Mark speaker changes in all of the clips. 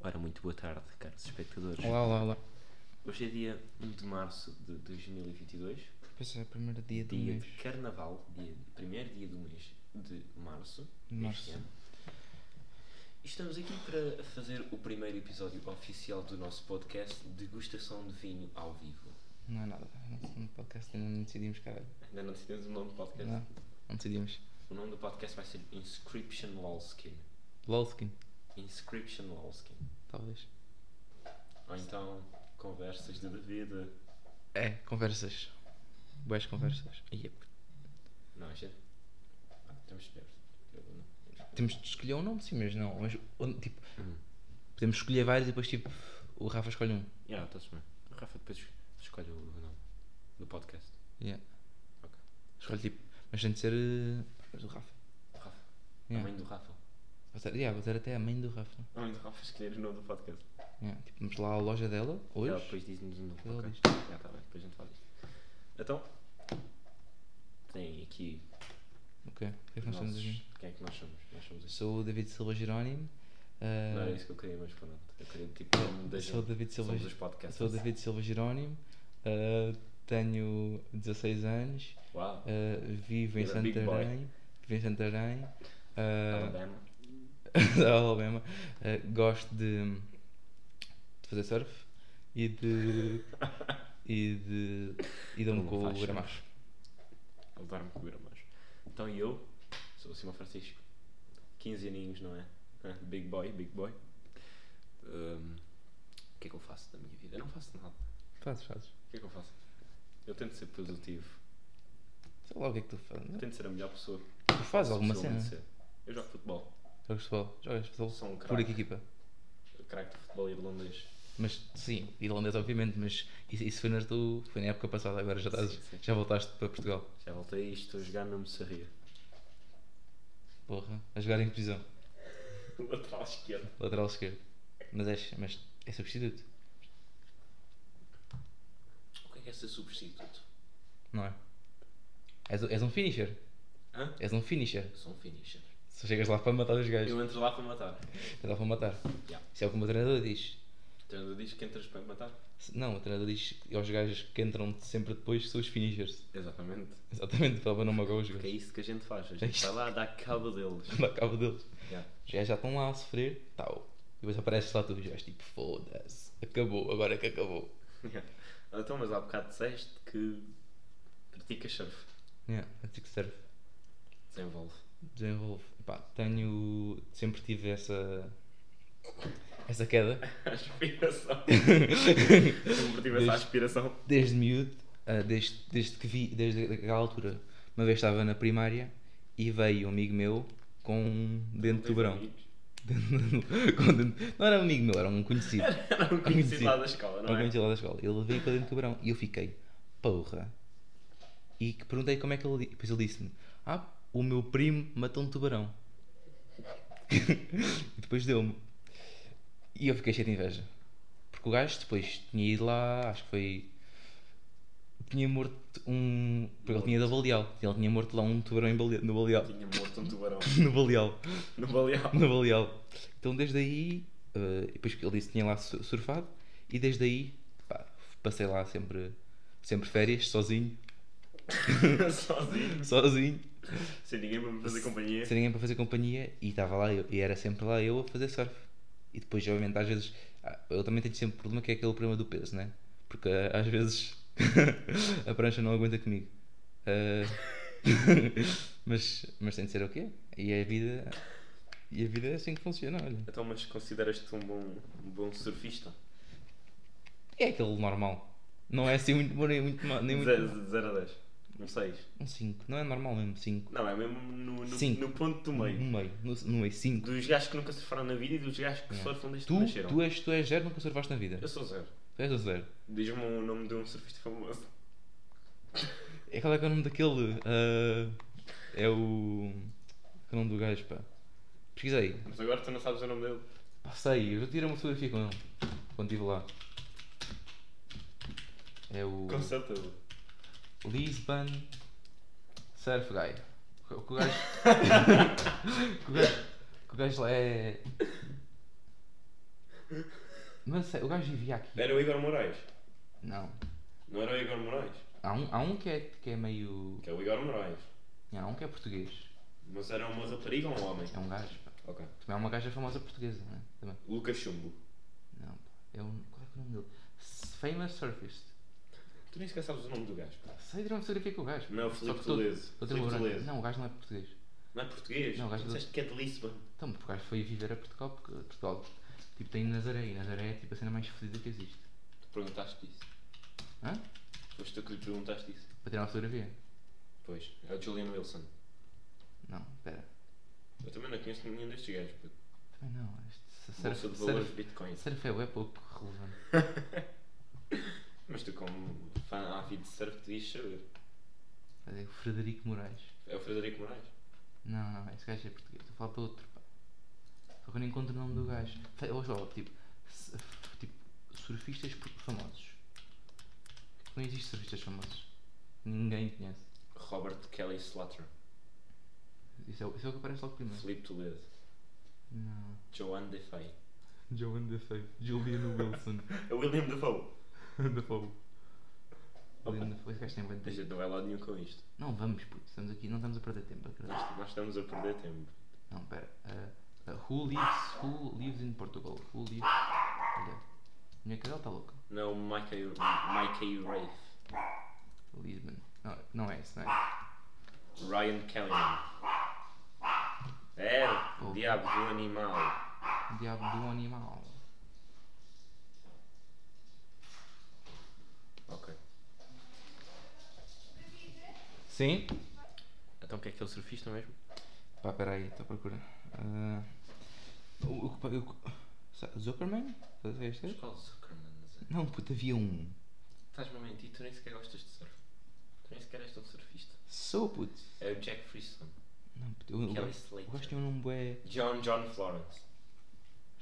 Speaker 1: Ora, muito boa tarde, caros espectadores.
Speaker 2: Olá, olá, olá.
Speaker 1: Hoje é dia 1 de março de 2022,
Speaker 2: Pois é, primeiro dia do
Speaker 1: dia
Speaker 2: mês.
Speaker 1: de carnaval, dia, primeiro dia do mês de março, este
Speaker 2: Março.
Speaker 1: ano. E Estamos aqui para fazer o primeiro episódio oficial do nosso podcast Degustação de Vinho ao Vivo.
Speaker 2: Não é nada. No no podcast ainda não decidimos, cara.
Speaker 1: Ainda não decidimos o nome do podcast.
Speaker 2: Não, não decidimos.
Speaker 1: O nome do podcast vai ser Inscription Lolskin.
Speaker 2: Lolskin,
Speaker 1: Inscription Lolskin.
Speaker 2: talvez.
Speaker 1: Ou então Conversas de Vida.
Speaker 2: É, conversas. Boas conversas. Yep.
Speaker 1: Não, gente. Ah, temos de escolher. Eu não-
Speaker 2: Temos de escolher um nome, sim, mas não. Mas, onde, tipo,
Speaker 1: Hum.
Speaker 2: podemos escolher vários e depois, tipo, o Rafa escolhe um.
Speaker 1: Yeah, está-se bem. O Rafa depois escolhe o o nome do podcast.
Speaker 2: Yeah.
Speaker 1: Ok.
Speaker 2: Escolhe, tipo, mas tem de ser. eh, Mas o Rafa.
Speaker 1: Rafa. A
Speaker 2: Yeah.
Speaker 1: mãe do Rafa.
Speaker 2: Vou ter, yeah, vou ter até a mãe do Rafa.
Speaker 1: A mãe do Rafa escolher o nome do podcast.
Speaker 2: Yeah. Tipo, vamos lá à loja dela, hoje.
Speaker 1: Ela depois diz-nos É o nome do
Speaker 2: Ela
Speaker 1: podcast. Já está bem, depois a gente faz isto. Então, tem aqui
Speaker 2: Ok, o que é que
Speaker 1: os
Speaker 2: nós temos
Speaker 1: nossos-
Speaker 2: hoje?
Speaker 1: quem é que nós somos? Nós somos aqui.
Speaker 2: Sou o David Silva Jerónimo. eh,
Speaker 1: Não é era isso que eu queria, mas pronto. Eu queria tipo o nome da
Speaker 2: sou o
Speaker 1: gente.
Speaker 2: David Silva
Speaker 1: Somos os podcasts.
Speaker 2: Sou David Silva Jerónimo, ah, tenho 16 anos,
Speaker 1: Uau.
Speaker 2: ah, vivo em
Speaker 1: You're a big boy.
Speaker 2: Santarém, vivo em Santarém, ah,
Speaker 1: Alabama.
Speaker 2: da Alabama, ah, gosto de, de fazer surf e de e de e de
Speaker 1: Não
Speaker 2: um com
Speaker 1: faz
Speaker 2: o
Speaker 1: surf.
Speaker 2: gramacho.
Speaker 1: Levar-me com o mais. Então eu sou o Simão Francisco, 15 aninhos, não é? Hã? Big boy, big boy. Hum, o que é que eu faço da minha vida? Eu não faço nada.
Speaker 2: Fazes, fazes.
Speaker 1: O que é que eu faço? Eu tento ser positivo.
Speaker 2: Sei lá o que é que tu fazes.
Speaker 1: Eu tento ser a melhor pessoa.
Speaker 2: Tu fazes alguma
Speaker 1: Possivelmente
Speaker 2: cena.
Speaker 1: Tipo, um ser. Eu jogo futebol.
Speaker 2: Jogas futebol, jogas futebol
Speaker 1: Sou um
Speaker 2: por
Speaker 1: craque.
Speaker 2: aqui equipa.
Speaker 1: Craque de futebol irlandês.
Speaker 2: Mas sim, irlandês obviamente, mas isso, isso foi, na tua, foi na época passada, agora já, estás,
Speaker 1: Sim, sim.
Speaker 2: já voltaste para Portugal.
Speaker 1: Já voltei a isto, estou a jogar na moçaria.
Speaker 2: Porra, a jogar em divisão,
Speaker 1: Lateral esquerdo.
Speaker 2: lateral esquerdo. Mas é, mas é substituto,
Speaker 1: O que é que é ser substituto?
Speaker 2: não é? És, és um finisher.
Speaker 1: Hã?
Speaker 2: És um finisher.
Speaker 1: Eu sou um finisher.
Speaker 2: Só chegas lá para matar os gajos.
Speaker 1: Eu entro lá para matar.
Speaker 2: Chegas lá para matar.
Speaker 1: Yeah.
Speaker 2: Isso é o que o meu treinador diz.
Speaker 1: O treinador Então, diz que entras para matar.
Speaker 2: Se- Não, o treinador diz aos gajos que entram sempre depois que são os finishers.
Speaker 1: Exatamente.
Speaker 2: Exatamente, para não magoar os
Speaker 1: Porque é
Speaker 2: gajos.
Speaker 1: isso que a gente faz. A
Speaker 2: É
Speaker 1: gente
Speaker 2: isto.
Speaker 1: está lá a dar cabo deles.
Speaker 2: Dá cabo deles.
Speaker 1: Yeah.
Speaker 2: Os gajos já estão lá a sofrer, tal. E depois apareces lá tu e os gajos tipo, foda-se, acabou, agora é que acabou.
Speaker 1: Yeah. Então, mas há bocado disseste que praticas surf.
Speaker 2: Yeah, é assim que serve.
Speaker 1: Desenvolve.
Speaker 2: Desenvolvo. Pá, tenho. Sempre tive essa. Essa queda.
Speaker 1: Aspiração. Converti essa
Speaker 2: Desde-
Speaker 1: aspiração.
Speaker 2: Desde miúdo, ah, desde, desde que vi, desde aquela altura. Uma vez estava na primária e veio um amigo meu com um dente de tubarão. Com dente- não era um amigo meu, era um conhecido.
Speaker 1: Era um conhecido lá da escola,
Speaker 2: Era um
Speaker 1: não é?
Speaker 2: conhecido lá da escola. Ele veio com o dente de tubarão e eu fiquei, porra. E que perguntei como é que ele. di- Depois ele disse-me, ah, o meu primo matou um tubarão. e depois deu-me. E eu fiquei cheio de inveja. Porque o gajo depois tinha ido lá, acho que foi. Tinha morto um. Porque ele tinha da baleal. Ele tinha morto lá um tubarão em balea- no baleal.
Speaker 1: Tinha morto um tubarão
Speaker 2: No baleal.
Speaker 1: no baleal.
Speaker 2: No baleal. Então desde aí. eh, depois que ele disse que tinha lá su- surfado. E desde aí. pá, passei lá sempre. Sempre férias, sozinho.
Speaker 1: Sozinho.
Speaker 2: Sozinho.
Speaker 1: Sem ninguém para me fazer companhia.
Speaker 2: sem ninguém para fazer companhia e estava lá eu, e era sempre lá eu a fazer surf. E depois, obviamente, às vezes ah, eu também tenho sempre um problema que é aquele problema do peso, né? Porque ah, às vezes a prancha não aguenta comigo. Ah, mas, mas tem de ser o quê? E a vida, e a vida é assim que funciona, olha.
Speaker 1: Então, mas consideras-te um bom, um bom surfista?
Speaker 2: É aquele normal. Não é assim muito bom nem muito mal. Nem muito,
Speaker 1: 0 a 10. Um 6.
Speaker 2: um 5, não é normal mesmo, 5.
Speaker 1: Não, é mesmo no, no,
Speaker 2: Cinco.
Speaker 1: no ponto do
Speaker 2: Um
Speaker 1: meio.
Speaker 2: meio, no, no meio 5.
Speaker 1: Dos gajos que nunca surfaram na vida e dos gajos que surfam desde que
Speaker 2: Tu,
Speaker 1: nasceram.
Speaker 2: tu, é- és, tu és zero, nunca surfaste na vida.
Speaker 1: Eu sou zero.
Speaker 2: Tu és o zero.
Speaker 1: Diz-me o nome de um surfista famoso.
Speaker 2: É qual é que é o nome daquele? Ah, é o. qual é o nome do gajo, pá. Pesquisa aí.
Speaker 1: Mas agora tu não sabes o nome dele.
Speaker 2: Ah, sei, eu já tirei uma fotografia com ele. Quando estive lá. É o.
Speaker 1: Com certeza.
Speaker 2: Lisbon Surf Guy. O que o gajo. que o gajo- que o gajo lá é. Não sei, o gajo vivia aqui.
Speaker 1: Era o Igor Moraes.
Speaker 2: Não.
Speaker 1: Não era o Igor Moraes?
Speaker 2: Há um, há um que, é, que é meio.
Speaker 1: Que é o Igor Moraes.
Speaker 2: Há um que é português.
Speaker 1: Mas era uma rapariga ou um homem?
Speaker 2: É um gajo. pá.
Speaker 1: Ok.
Speaker 2: Também é uma gaja famosa portuguesa, né? Também.
Speaker 1: Lucas Chumbo.
Speaker 2: Não, pá. É um, qual é, que é o nome dele? Famous Surfist.
Speaker 1: Tu nem sequer sabes o nome do gajo. pá.
Speaker 2: Sei de onde fotografia que o gajo.
Speaker 1: Não, é o Filipe
Speaker 2: que todo-
Speaker 1: Toledo.
Speaker 2: Eu tenho
Speaker 1: Filipe
Speaker 2: um branco.
Speaker 1: Toledo.
Speaker 2: Não, o gajo não é português.
Speaker 1: Não é português?
Speaker 2: Não, o gajo
Speaker 1: Tu
Speaker 2: do-
Speaker 1: disseste que é de Lisbon.
Speaker 2: Então, porque o gajo foi viver a Portugal, porque Portugal tipo, tem Nazaré. E Nazaré é tipo a cena mais fodida que existe.
Speaker 1: Tu perguntaste isso.
Speaker 2: Hã?
Speaker 1: Foste tu que lhe perguntaste isso.
Speaker 2: Para tirar uma fotografia?
Speaker 1: Pois. É o Julian Wilson.
Speaker 2: Não, espera.
Speaker 1: Eu também não conheço nenhum destes gajos. puto.
Speaker 2: Também não. Este surf,
Speaker 1: Bolsa de valores bitcoins.
Speaker 2: surf é bué pouco relevante.
Speaker 1: Mas tu, como fã ávido de surf, devias saber.
Speaker 2: Mas é o Frederico Moraes.
Speaker 1: É o Frederico Moraes.
Speaker 2: Não, não, esse gajo é português. Estou a falar para outro, pá. Só que eu não encontro o nome do gajo. Fe- Olha só, tipo, su- tipo, surfistas por- famosos. Não existe surfistas famosos. Ninguém conhece.
Speaker 1: Robert Kelly Slater.
Speaker 2: Isso é, o- isso é o que aparece logo primeiro.
Speaker 1: Filipe Toledo.
Speaker 2: Não.
Speaker 1: Joanne Defay.
Speaker 2: Joan Dafoe. Julian Wilson.
Speaker 1: É o William Dafoe.
Speaker 2: Dafoe.
Speaker 1: Opa.
Speaker 2: Julian Dafoe. Esse gajo tem bué
Speaker 1: A
Speaker 2: de...
Speaker 1: gente não vai lá nenhum com isto.
Speaker 2: Não, vamos, puto. Estamos aqui, não estamos a perder tempo, acredito.
Speaker 1: Nós, nós estamos a perder tempo.
Speaker 2: Não, pera. Ah, ah, who lives... Who lives in Portugal? Who lives... Olha. Minha cadela está louca.
Speaker 1: Não, é Mikey, Mikey Rafe.
Speaker 2: Lisbon. Não, não é esse, não é?
Speaker 1: Ryan Callahan. É,
Speaker 2: Oh.
Speaker 1: Diabo do Animal.
Speaker 2: O diabo do animal.
Speaker 1: Ok.
Speaker 2: Sim?
Speaker 1: Então o que é que é o surfista mesmo?
Speaker 2: Pá, peraí, estou à procura. Ah, Eh, o, o, que- o, que- Sa- Zuckerman? Sabe quem é este?
Speaker 1: Qual Zuckerman? Zé?
Speaker 2: Não, puta, havia um.
Speaker 1: Estás-me a mentir, tu nem sequer gostas de surf. Tu nem sequer és um surfista.
Speaker 2: Sou, puto.
Speaker 1: É o Jack Freestone.
Speaker 2: Não, puto, eu, eu,
Speaker 1: Kelly
Speaker 2: gosto- eu gosto de
Speaker 1: Slater.
Speaker 2: um nome bué.
Speaker 1: John John Florence.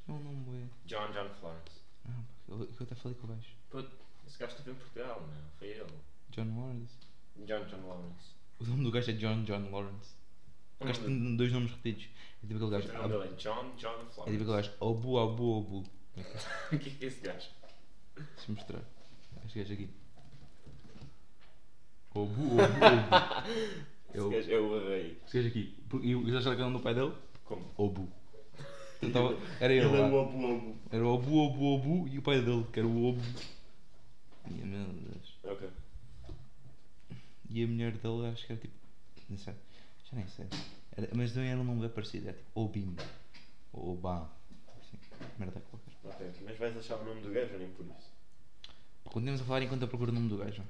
Speaker 2: Não, um nome bué.
Speaker 1: John John Florence.
Speaker 2: Não, pá, eu, eu até falei com o gajo.
Speaker 1: Puto, esse gajo esteve em Portugal, não? Foi ele.
Speaker 2: John Lawrence.
Speaker 1: John John Lawrence.
Speaker 2: O nome do gajo é John John Lawrence. O gajo
Speaker 1: Hum,
Speaker 2: tem dois nomes repetidos. É tipo aquele
Speaker 1: o
Speaker 2: gajo.
Speaker 1: nome dele é John John
Speaker 2: É tipo aquele
Speaker 1: Florence.
Speaker 2: gajo. Obu, obu, obu.
Speaker 1: O que é que é esse gajo?
Speaker 2: Deixa-me mostrar. Este gajo aqui. Obu, obu, obu.
Speaker 1: Esse
Speaker 2: Eu-
Speaker 1: gajo é o rei.
Speaker 2: Este gajo aqui. Por- E o gajo era o nome do pai dele?
Speaker 1: Como?
Speaker 2: Obu. Então, tava, era
Speaker 1: Ele
Speaker 2: ele. um
Speaker 1: é o
Speaker 2: lá.
Speaker 1: Obu Obu.
Speaker 2: Era o Obu, Obu, Obu e o pai dele, que era o Obu. E a, meu Deus.
Speaker 1: Ok.
Speaker 2: E a mulher dele, acho que era tipo. Não sei. Já nem sei. Era- mas não era um nome bem parecido. Era tipo Obim. Ou Oba. Assim, merda qualquer.
Speaker 1: Ok, mas vais achar o nome do gajo ou nem por isso?
Speaker 2: Pá, Continuamos a falar enquanto eu procuro o nome do gajo.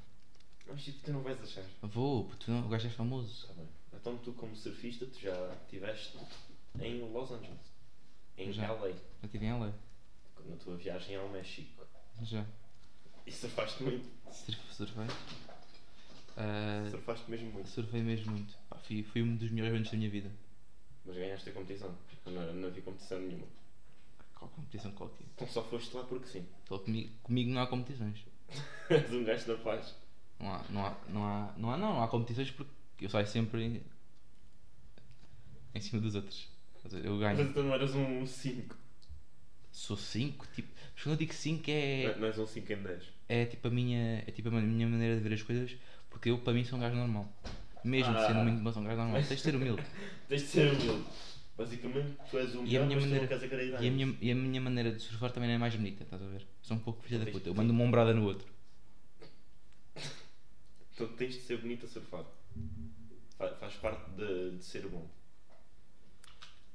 Speaker 1: Mas tipo, tu não vais achar.
Speaker 2: Vou, porque tu não- o gajo é famoso.
Speaker 1: Tá bem. Então tu como surfista, tu já estiveste em Los Angeles. Em
Speaker 2: Já.
Speaker 1: LA.
Speaker 2: Já estive em LA.
Speaker 1: Na tua viagem ao México.
Speaker 2: Já.
Speaker 1: E surfaste muito.
Speaker 2: Surf- Surfei. Ah,
Speaker 1: Surfaste mesmo muito.
Speaker 2: surfei mesmo muito. Pá, fui, fui um dos melhores momentos da minha vida.
Speaker 1: Mas ganhaste a competição. Eu não, eu não vi competição nenhuma.
Speaker 2: Qual competição qualquer?
Speaker 1: Então só foste lá porque sim.
Speaker 2: Só comigo, comigo não há competições.
Speaker 1: És um gajo da paz.
Speaker 2: Não há, não há, não há, não há, não, não há competições porque eu saio sempre em, em cima dos outros. Ou seja, eu ganho.
Speaker 1: Mas tu não eras um 5.
Speaker 2: Sou 5, tipo, mas quando eu digo 5 é,
Speaker 1: Não és um 5 em 10.
Speaker 2: é tipo a minha, é tipo a minha maneira de ver as coisas, porque eu para mim sou um gajo normal. Mesmo
Speaker 1: Ah.
Speaker 2: sendo muito bom, sou um gajo normal. Tens de ser humilde.
Speaker 1: Tens de ser humilde. Basicamente, tu és o
Speaker 2: E a
Speaker 1: melhor,
Speaker 2: minha
Speaker 1: mas tu não
Speaker 2: maneira-
Speaker 1: queres acreditar.
Speaker 2: E a, minha, e a minha maneira de surfar também não é mais bonita, estás a ver? Sou um pouco filha da
Speaker 1: Tens-
Speaker 2: puta. Eu mando uma ombrada no outro.
Speaker 1: Então tens de ser bonito a surfar. Fa- Faz parte de, de ser bom.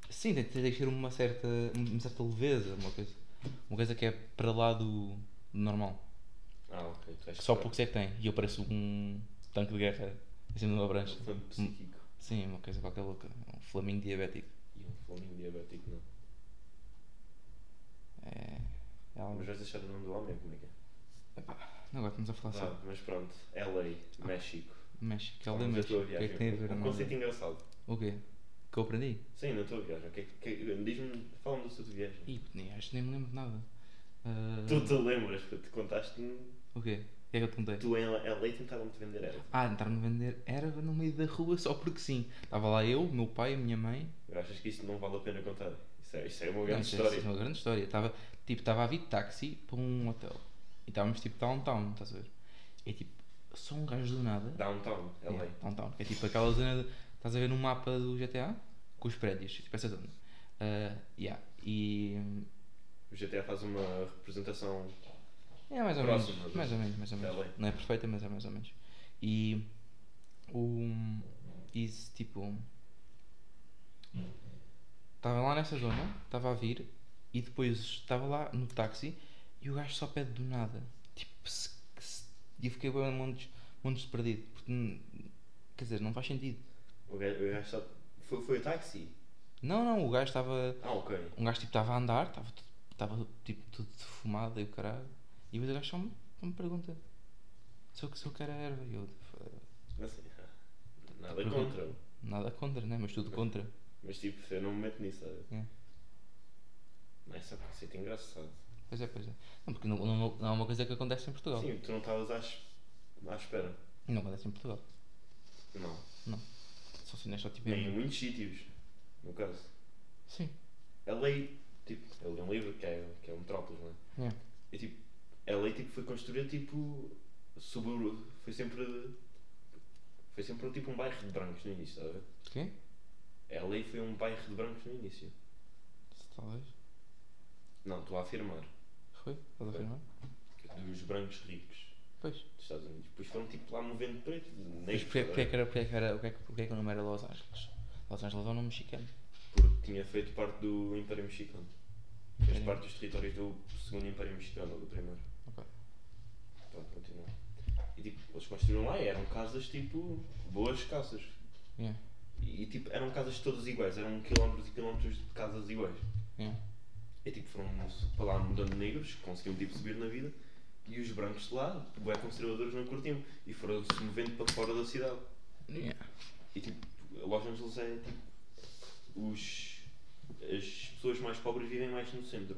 Speaker 2: Sim, tem de ter uma certa, uma certa leveza, uma coisa, uma coisa que é para lá do, do normal.
Speaker 1: Ah, ok. Tu és
Speaker 2: Que só
Speaker 1: claro.
Speaker 2: poucos é que tem. E eu pareço um tanque de guerra em cima de uma
Speaker 1: És
Speaker 2: brancha.
Speaker 1: um fã psíquico.
Speaker 2: Sim, uma coisa qualquer louca. Um flamingo diabético.
Speaker 1: E um flamingo diabético não.
Speaker 2: É. é algo-
Speaker 1: Mas vais deixar o nome do homem, como é que é?
Speaker 2: Não, agora estamos a falar sobre
Speaker 1: Ah, mas pronto. LA, México.
Speaker 2: México. Que é o
Speaker 1: Vamos à
Speaker 2: México.
Speaker 1: tua
Speaker 2: O que é que tem a
Speaker 1: viagem.
Speaker 2: ver?
Speaker 1: Um
Speaker 2: não é?
Speaker 1: conceito engraçado.
Speaker 2: O quê? Que eu aprendi?
Speaker 1: Sim, na tua viagem. Que, que, Diz-me, fala-me da tua viagem.
Speaker 2: Ih, nem, acho que nem me lembro de nada. Ah,
Speaker 1: Tu te lembras, pô, te contaste-me.
Speaker 2: O quê? O que é que eu te contei?
Speaker 1: Tu em LA tentaram-te vender ela.
Speaker 2: Ah, tentaram-me vender erva no meio da rua só porque sim. Estava lá eu, o meu pai, a minha mãe.
Speaker 1: Achas que isto não vale a pena contar? Isso Isso é, isso é uma
Speaker 2: Não,
Speaker 1: grande
Speaker 2: isso é-
Speaker 1: história.
Speaker 2: isso é uma grande história. Estava, tipo, estava a vir de táxi para um hotel. E estávamos tipo downtown, estás a ver? É tipo, só um gajo do nada.
Speaker 1: Downtown, LA.
Speaker 2: Yeah, downtown. É tipo aquela zona. De, estás a ver no mapa do GTA? Com os prédios. Tipo essa zona. Ah, yeah. E.
Speaker 1: O GTA faz uma representação.
Speaker 2: É, mais ou
Speaker 1: Próximo,
Speaker 2: menos.
Speaker 1: mas-
Speaker 2: Mais ou menos, mais ou
Speaker 1: Tá
Speaker 2: menos.
Speaker 1: bem.
Speaker 2: Não é perfeita, mas é mais ou menos. E o. Isso, tipo. Estava lá nessa zona, estava a vir, e depois estava lá no táxi e o gajo só pede do nada. Tipo, se, se, e eu fiquei bem montes, montes de perdido. Porque, hum, quer dizer, não faz sentido.
Speaker 1: O gajo, o gajo só. Foi, foi o táxi?
Speaker 2: Não, não, o gajo estava.
Speaker 1: Ah, ok.
Speaker 2: Um gajo tipo estava a andar, estava tudo- estava tipo tudo defumado e o caralho. E depois o gajo "Ah, só me, só me pergunta se eu, se eu quero a erva. E eu, tipo, "Eh,
Speaker 1: Assim, nada
Speaker 2: Uhum.
Speaker 1: contra.
Speaker 2: nada contra, né? Mas tudo contra.
Speaker 1: Mas tipo, eu não me meto nisso, sabe?
Speaker 2: Yeah.
Speaker 1: Não é só conceito engraçado.
Speaker 2: Pois é, pois é. Não, porque não, não, não é uma coisa que acontece em Portugal.
Speaker 1: Sim, tu não estavas à, es- à espera.
Speaker 2: Não acontece em Portugal.
Speaker 1: Não.
Speaker 2: Só se não é só tipo.
Speaker 1: Nem em
Speaker 2: em-
Speaker 1: muitos sítios, no caso.
Speaker 2: Sim.
Speaker 1: LA, tipo, eu li um livro que é, que é o Metrópolis, não é?
Speaker 2: Yeah.
Speaker 1: E tipo, LA tipo, foi construída tipo. Sobre, foi sempre. Foi sempre tipo um bairro de brancos no início, tá sabe?
Speaker 2: O quê?
Speaker 1: LA foi um bairro de brancos no início.
Speaker 2: Talvez.
Speaker 1: Não, estou a afirmar.
Speaker 2: Foi? Estás a
Speaker 1: Foi.
Speaker 2: afirmar?
Speaker 1: que é Dos brancos ricos
Speaker 2: Pois.
Speaker 1: dos Estados Unidos. Depois foram tipo lá movendo preto,
Speaker 2: Mas
Speaker 1: negros, tá
Speaker 2: porquê, porquê, é
Speaker 1: sabe?
Speaker 2: que era, porquê, é que era, porquê, é que- porquê é que o nome era Los Angeles? Los Angeles é um nome mexicano.
Speaker 1: porque tinha feito parte do Império Mexicano. Fez
Speaker 2: Império.
Speaker 1: parte dos territórios do segundo Império Mexicano, ou do primeiro.
Speaker 2: Ok.
Speaker 1: Pronto, continua. E tipo, eles construíram lá e eram casas tipo. boas casas.
Speaker 2: Yeah.
Speaker 1: E tipo, eram casas todas iguais, eram quilómetros e quilómetros de casas iguais.
Speaker 2: Yeah.
Speaker 1: E tipo, foram para lá mudando negros, que conseguiam tipo subir na vida. E os brancos de lá, bué conservadores, não curtiam. E foram se movendo para fora da cidade.
Speaker 2: Yeah.
Speaker 1: E tipo, Los Angeles é tipo. Os, as pessoas mais pobres vivem mais no centro.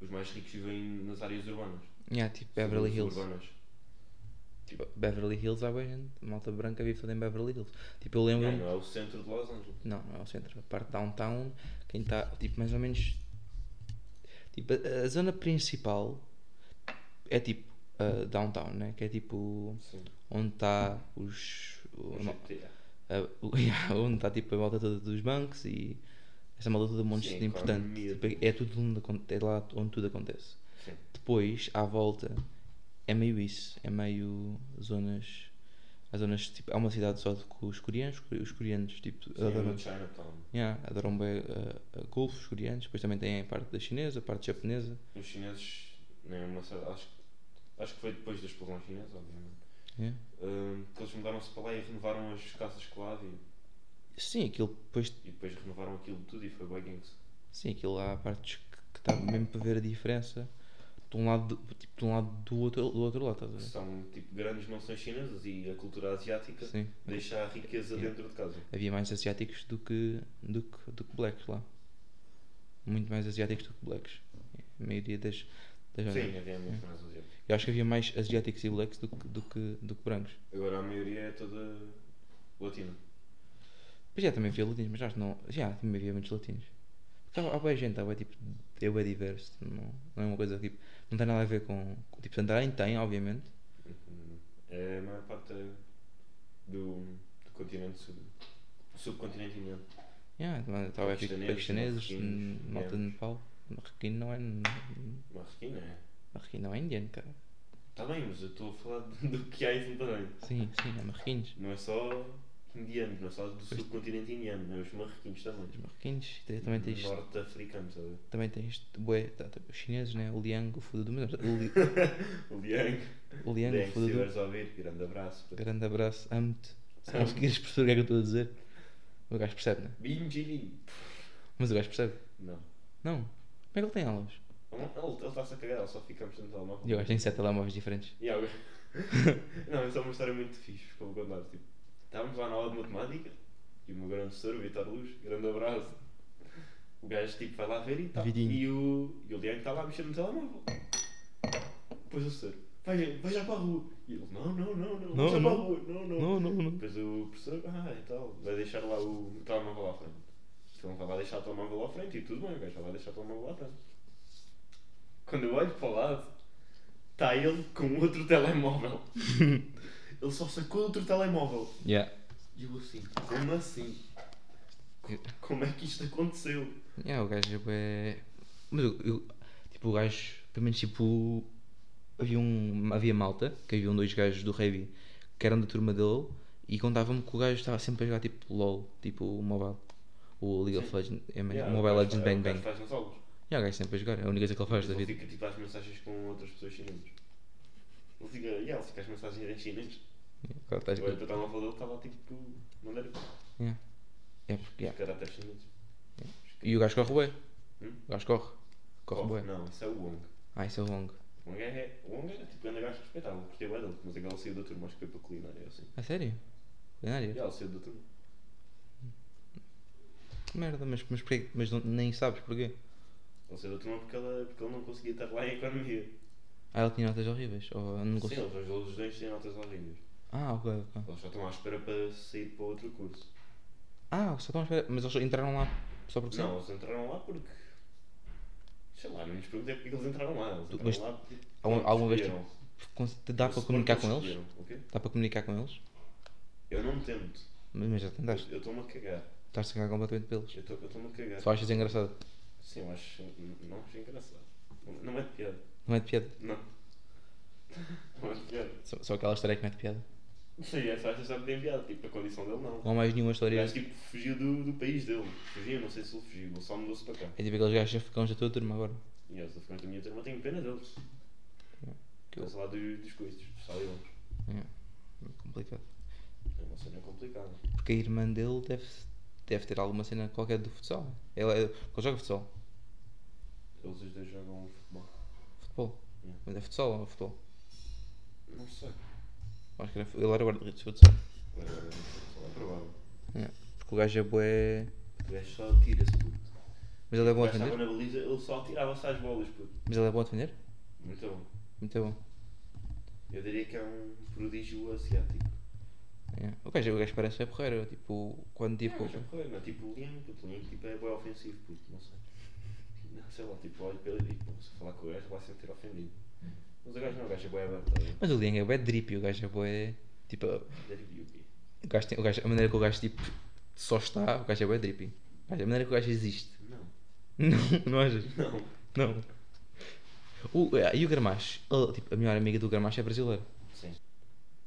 Speaker 1: Os mais ricos vivem nas áreas urbanas.
Speaker 2: Yeah, tipo Beverly Hills.
Speaker 1: Urbanas.
Speaker 2: Tipo, Beverly Hills há boa gente. Malta branca vive toda em Beverly Hills. Tipo, eu
Speaker 1: Não,
Speaker 2: lembro-me.
Speaker 1: não é o centro de Los Angeles.
Speaker 2: Não, não é o centro. A parte downtown, quem está, tipo, mais ou menos. Tipo, a, a zona principal é tipo a downtown, né? Que é tipo
Speaker 1: Sim.
Speaker 2: onde está os. o-
Speaker 1: O
Speaker 2: a ma-
Speaker 1: GTA.
Speaker 2: a- o- yeah, onde está tipo a malta toda dos bancos e essa malta toda um monte
Speaker 1: Sim,
Speaker 2: de importante.
Speaker 1: economia.
Speaker 2: Tipo, é, tudo onde, acon- é lá onde tudo acontece.
Speaker 1: Sim.
Speaker 2: Depois, à volta, é meio isso. É meio zonas. As zonas, tipo, há uma cidade só com os coreanos, os coreanos, tipo,
Speaker 1: Sim, é
Speaker 2: adoram-
Speaker 1: no Chinatown.
Speaker 2: Yeah, adoram bem uh, uh, golfe, os coreanos, depois também tem a parte da chinesa, a parte japonesa.
Speaker 1: Os chineses, nem é uma certa, acho, que- acho que foi depois da explosão chinesa, obviamente.
Speaker 2: Yeah.
Speaker 1: hum, que eles mudaram-se para lá e renovaram as casas que lá havia.
Speaker 2: Sim, aquilo depois
Speaker 1: E depois renovaram aquilo tudo e foi bem gangs.
Speaker 2: sim, aquilo há partes que está mesmo para ver a diferença de um lado do, tipo, de um lado do outro do outro lado, estás a ver?
Speaker 1: São tipo grandes mansões chinesas e a cultura asiática
Speaker 2: Sim.
Speaker 1: deixa a riqueza
Speaker 2: Yeah.
Speaker 1: dentro de casa.
Speaker 2: Havia mais asiáticos do que, do que do que blacks lá. Muito mais asiáticos do que blacks. A maioria das, das
Speaker 1: Sim, é havia muito mais asiáticos.
Speaker 2: Eu acho que havia mais asiáticos e blacks do que, do que, do que brancos.
Speaker 1: Agora a maioria é toda latina.
Speaker 2: Pois já também havia latinos, mas acho que não. Já também havia muitos latinos. Porque há, há boa gente, há boa tipo. É bem diverso, não, não é uma coisa que tipo. Não tem nada a ver com. com tipo, Santarém tem, obviamente.
Speaker 1: Uhum. É a maior parte do, do continente sul. do Subcontinente indiano.
Speaker 2: Yeah, mas tá, é, tipo,
Speaker 1: Paquistaneses, marroquinos,
Speaker 2: paquistaneses, hum, malta de
Speaker 1: indianos.
Speaker 2: Nepal. Marroquino não é.
Speaker 1: Marroquino é.
Speaker 2: Marroquino não é indiano, cara.
Speaker 1: Está bem, mas eu estou a falar do que há em Santarém.
Speaker 2: Sim, sim, é marroquinos.
Speaker 1: Não é só indianos, não é só do subcontinente indiano, é os marroquinos também.
Speaker 2: Os marroquinos. e Também tens.
Speaker 1: Norte-africanos, sabe?
Speaker 2: Também tens. Bué, tá, tá, os chineses, né? O Liang, o Fuda do. mas o Li-
Speaker 1: O Liang.
Speaker 2: O Liang, o
Speaker 1: Liang, se
Speaker 2: Fuda do.
Speaker 1: estiveres a ouvir, grande abraço.
Speaker 2: Grande abraço, amo-te. Sabes que eles perceber o que é que eu estou a dizer? O gajo percebe, né?
Speaker 1: Binjiri.
Speaker 2: Mas o gajo percebe.
Speaker 1: Não.
Speaker 2: Não. Como é que ele tem aulas?
Speaker 1: Ele ele está-se a cagar, ele só fica a mostrar no telemóvel.
Speaker 2: E eu acho que tem sete telemóveis diferentes.
Speaker 1: Yeah, eu- não, isso é uma história muito fixe, que eu vou contar. Tipo, estávamos lá na aula de matemática e o meu grande professor, o Vitor Luz, grande abraço. O gajo tipo, vai lá ver e tá.
Speaker 2: Vidinho.
Speaker 1: E o, e o Leandro está lá a mexer no telemóvel. Depois o professor, vai, vai já para a rua. E ele, não, não, não, não,
Speaker 2: Não,
Speaker 1: vai já
Speaker 2: não.
Speaker 1: para a rua, não, não.
Speaker 2: Não, não, não.
Speaker 1: é Depois o professor, ah, e tal, vai deixar lá o telemóvel lá à frente. Então vai lá deixar o telemóvel à frente e tudo bem, o gajo vai lá deixar o telemóvel à frente. Quando eu olho para o lado, está ele com outro telemóvel. ele só sacou outro telemóvel.
Speaker 2: Yeah.
Speaker 1: E eu assim, como assim? Co- Como é que isto aconteceu?
Speaker 2: Yeah, o gajo é. Mas eu, eu- tipo, o gajo, pelo menos tipo. Havia, um, havia malta, que haviam dois gajos do rugby que eram da turma dele e contavam-me que o gajo estava sempre a jogar tipo LOL, tipo o mobile. O League of
Speaker 1: Sim.
Speaker 2: Legends, é mesmo,
Speaker 1: Yeah, o
Speaker 2: Mobile
Speaker 1: gajo faz-
Speaker 2: Legends Bang
Speaker 1: o gajo
Speaker 2: Bang.
Speaker 1: faz nos olhos.
Speaker 2: Yeah, o gajo sempre a jogar, é a única coisa que ele faz da
Speaker 1: Ele
Speaker 2: vida.
Speaker 1: fica tipo às mensagens com outras pessoas chinesas. Ele fica, yeah, ele fica às mensagens em chinês.
Speaker 2: Agora estás
Speaker 1: Agora o
Speaker 2: com-
Speaker 1: telemóvel dele estava tipo mandarim.
Speaker 2: Yeah. É, porque, yeah.
Speaker 1: Os caráteres chineses.
Speaker 2: E o gajo corre bem.
Speaker 1: Hum?
Speaker 2: O gajo corre. Corre
Speaker 1: Oh,
Speaker 2: bem.
Speaker 1: Não, isso é o Wong.
Speaker 2: Ah, isso é longo.
Speaker 1: O Wong é, o Wong era tipo grande gajo respeitável, curtia bem dele, mas é que ele saiu da turma, acho que foi para culinária assim.
Speaker 2: A sério? Culinária?
Speaker 1: E ele saiu da turma.
Speaker 2: Que merda, mas, mas, porquê? mas não- nem sabes porquê.
Speaker 1: Ele saiu da turma porque ele, porque ele não conseguia estar lá em economia.
Speaker 2: Ah, ele tinha notas horríveis? Ou não
Speaker 1: Sim,
Speaker 2: gostou?
Speaker 1: eles, eles dois têm notas horríveis.
Speaker 2: Ah, ok, ok.
Speaker 1: Eles só estão à espera para sair para outro curso.
Speaker 2: Ah, só estão à espera. Mas eles entraram lá só porque
Speaker 1: Não,
Speaker 2: sim?
Speaker 1: eles entraram lá porque. Sei lá, não lhes perguntei porque é que eles entraram lá. Eles
Speaker 2: Tu-
Speaker 1: entraram
Speaker 2: mas
Speaker 1: lá porque.
Speaker 2: alguma- alguma vez
Speaker 1: escolheram.
Speaker 2: Con- Dá
Speaker 1: Eu
Speaker 2: para
Speaker 1: suponho
Speaker 2: comunicar
Speaker 1: que
Speaker 2: com eles?
Speaker 1: escolheram, ok?
Speaker 2: Dá para comunicar com eles?
Speaker 1: Eu não tento.
Speaker 2: Mas mas já tentaste.
Speaker 1: Eu estou-me a cagar.
Speaker 2: Estás a cagar completamente pelos.
Speaker 1: Eu estou- eu estou-me a cagar.
Speaker 2: Só achas engraçado.
Speaker 1: Sim, eu acho. Não acho engraçado. Não, não é de piada.
Speaker 2: Não é de piada.
Speaker 1: Não. Não é de piada.
Speaker 2: Só, só aquela história que não é de piada.
Speaker 1: Sim, essa acha só que tem piada. Tipo, a condição dele não.
Speaker 2: Não há mais nenhuma
Speaker 1: O
Speaker 2: história.
Speaker 1: gajo tipo fugiu do, do país dele. Fugiu, não sei se ele fugiu. Ele só mudou-se para cá.
Speaker 2: É tipo aqueles gajos africanos da tua turma agora.
Speaker 1: E eles ficam da minha turma, tenho pena deles.
Speaker 2: Que
Speaker 1: Eles lá dos, dos coisas, dos talibãs.
Speaker 2: É complicado.
Speaker 1: É uma cena complicada.
Speaker 2: Porque a irmã dele deve, deve ter alguma cena qualquer do futsal. Ela, é- ela joga futsal.
Speaker 1: Eles os dois jogam futebol.
Speaker 2: Futebol.
Speaker 1: Yeah.
Speaker 2: Mas é futsal ou futebol?
Speaker 1: Não sei.
Speaker 2: Acho que era, ele era guarda-redes de futsal.
Speaker 1: Agora, futebol é provável.
Speaker 2: Porque o gajo é bué.
Speaker 1: O gajo só atira-se, puto.
Speaker 2: Mas ele é bom
Speaker 1: O
Speaker 2: a
Speaker 1: gajo estava
Speaker 2: defender?
Speaker 1: na baliza, ele só atirava-se às bolas, puto.
Speaker 2: Mas ele é bom a defender?
Speaker 1: Muito bom.
Speaker 2: Muito bom.
Speaker 1: Eu diria que é um prodígio asiático.
Speaker 2: Yeah. O gajo, o gajo parece é porreiro, tipo, quando tipo.
Speaker 1: Não, já foi, não é tipo o Liam, puto. O Liam tipo, é bem ofensivo, puto. Não sei. Não sei lá, tipo, olho para ele e digo, pô, se eu falar com o gajo, vai sentir ofendido. Mas o gajo não, o gajo é bem aberto. tá bem?
Speaker 2: Mas o Liang é bué drippy, o gajo é bué. Tipo,
Speaker 1: Deve be okay.
Speaker 2: o gajo tem- o gajo- a maneira que o gajo tipo, só está, o gajo é bué drippy. O gajo- A maneira que o gajo existe.
Speaker 1: Não.
Speaker 2: Não, não achas?
Speaker 1: Não.
Speaker 2: Não. O, eh, e o Gramacho? Ele, tipo, a melhor amiga do Gramacho é brasileira.
Speaker 1: Sim.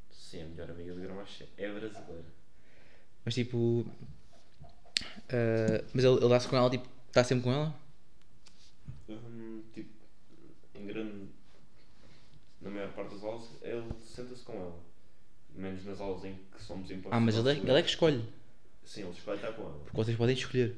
Speaker 1: Sim, a melhor amiga do Gramacho é brasileira.
Speaker 2: Mas tipo. eh, mas ele, ele dá-se com ela, tipo, está sempre com ela?
Speaker 1: Hum, tipo, em grande. Na maior parte das aulas, ele senta-se com ela. Menos nas aulas em que somos impactados.
Speaker 2: Ah, mas ele é, ele é que escolhe.
Speaker 1: Sim, ele escolhe estar com ela.
Speaker 2: Porque vocês podem escolher.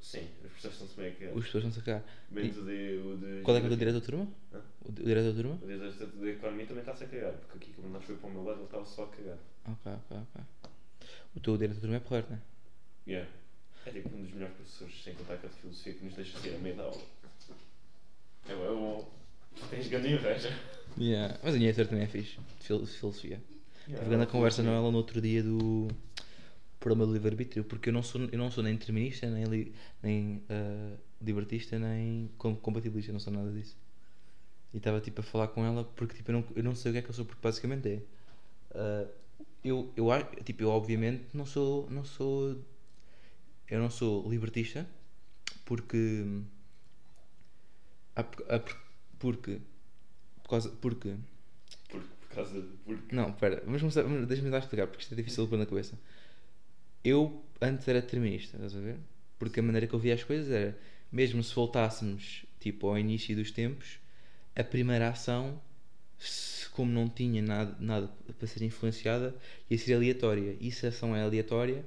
Speaker 1: Sim, os professores estão-se meio que.
Speaker 2: Os pessoas vão sacar.
Speaker 1: Menos o de. O de
Speaker 2: Qual é que é o diretor da turma?
Speaker 1: Hã?
Speaker 2: O, di- o diretor da turma?
Speaker 1: O de- o de- da economia também está-se a cagar, porque aqui, como nós foi para o meu lado, ele estava só a cagar.
Speaker 2: Ok, ok, ok. O teu diretor da turma é porreiro, não é?
Speaker 1: Yeah. É tipo um dos melhores professores, sem contar com a de filosofia, que nos deixa sair a meio da aula. É bom, é bom. Tens grande inveja.
Speaker 2: Yeah. Mas a minha editora também é fixe, de fil- de filosofia. Tive grande conversa é? com ela no outro dia do problema do livre-arbítrio, porque eu não sou, eu não sou nem determinista, nem, li- nem ah, libertista, nem com- compatibilista, não sou nada disso. E estava tipo a falar com ela porque tipo, eu, não, eu não sei o que é que eu sou, porque basicamente é. ah, eu, eu, a- tipo, eu obviamente não sou, não sou. Eu não sou libertista porque. ah, por- ah, por- porque. Por causa, porque
Speaker 1: Por, por causa de. Porque.
Speaker 2: não, pera, vamos começar, vamos- deixa-me tentar explicar, porque isto é difícil de pôr na cabeça. Eu antes era determinista, estás a ver? Porque a maneira que eu via as coisas era, mesmo se voltássemos tipo ao início dos tempos, a primeira ação, se- como não tinha nada, nada para ser influenciada, ia ser aleatória. E se a ação é aleatória,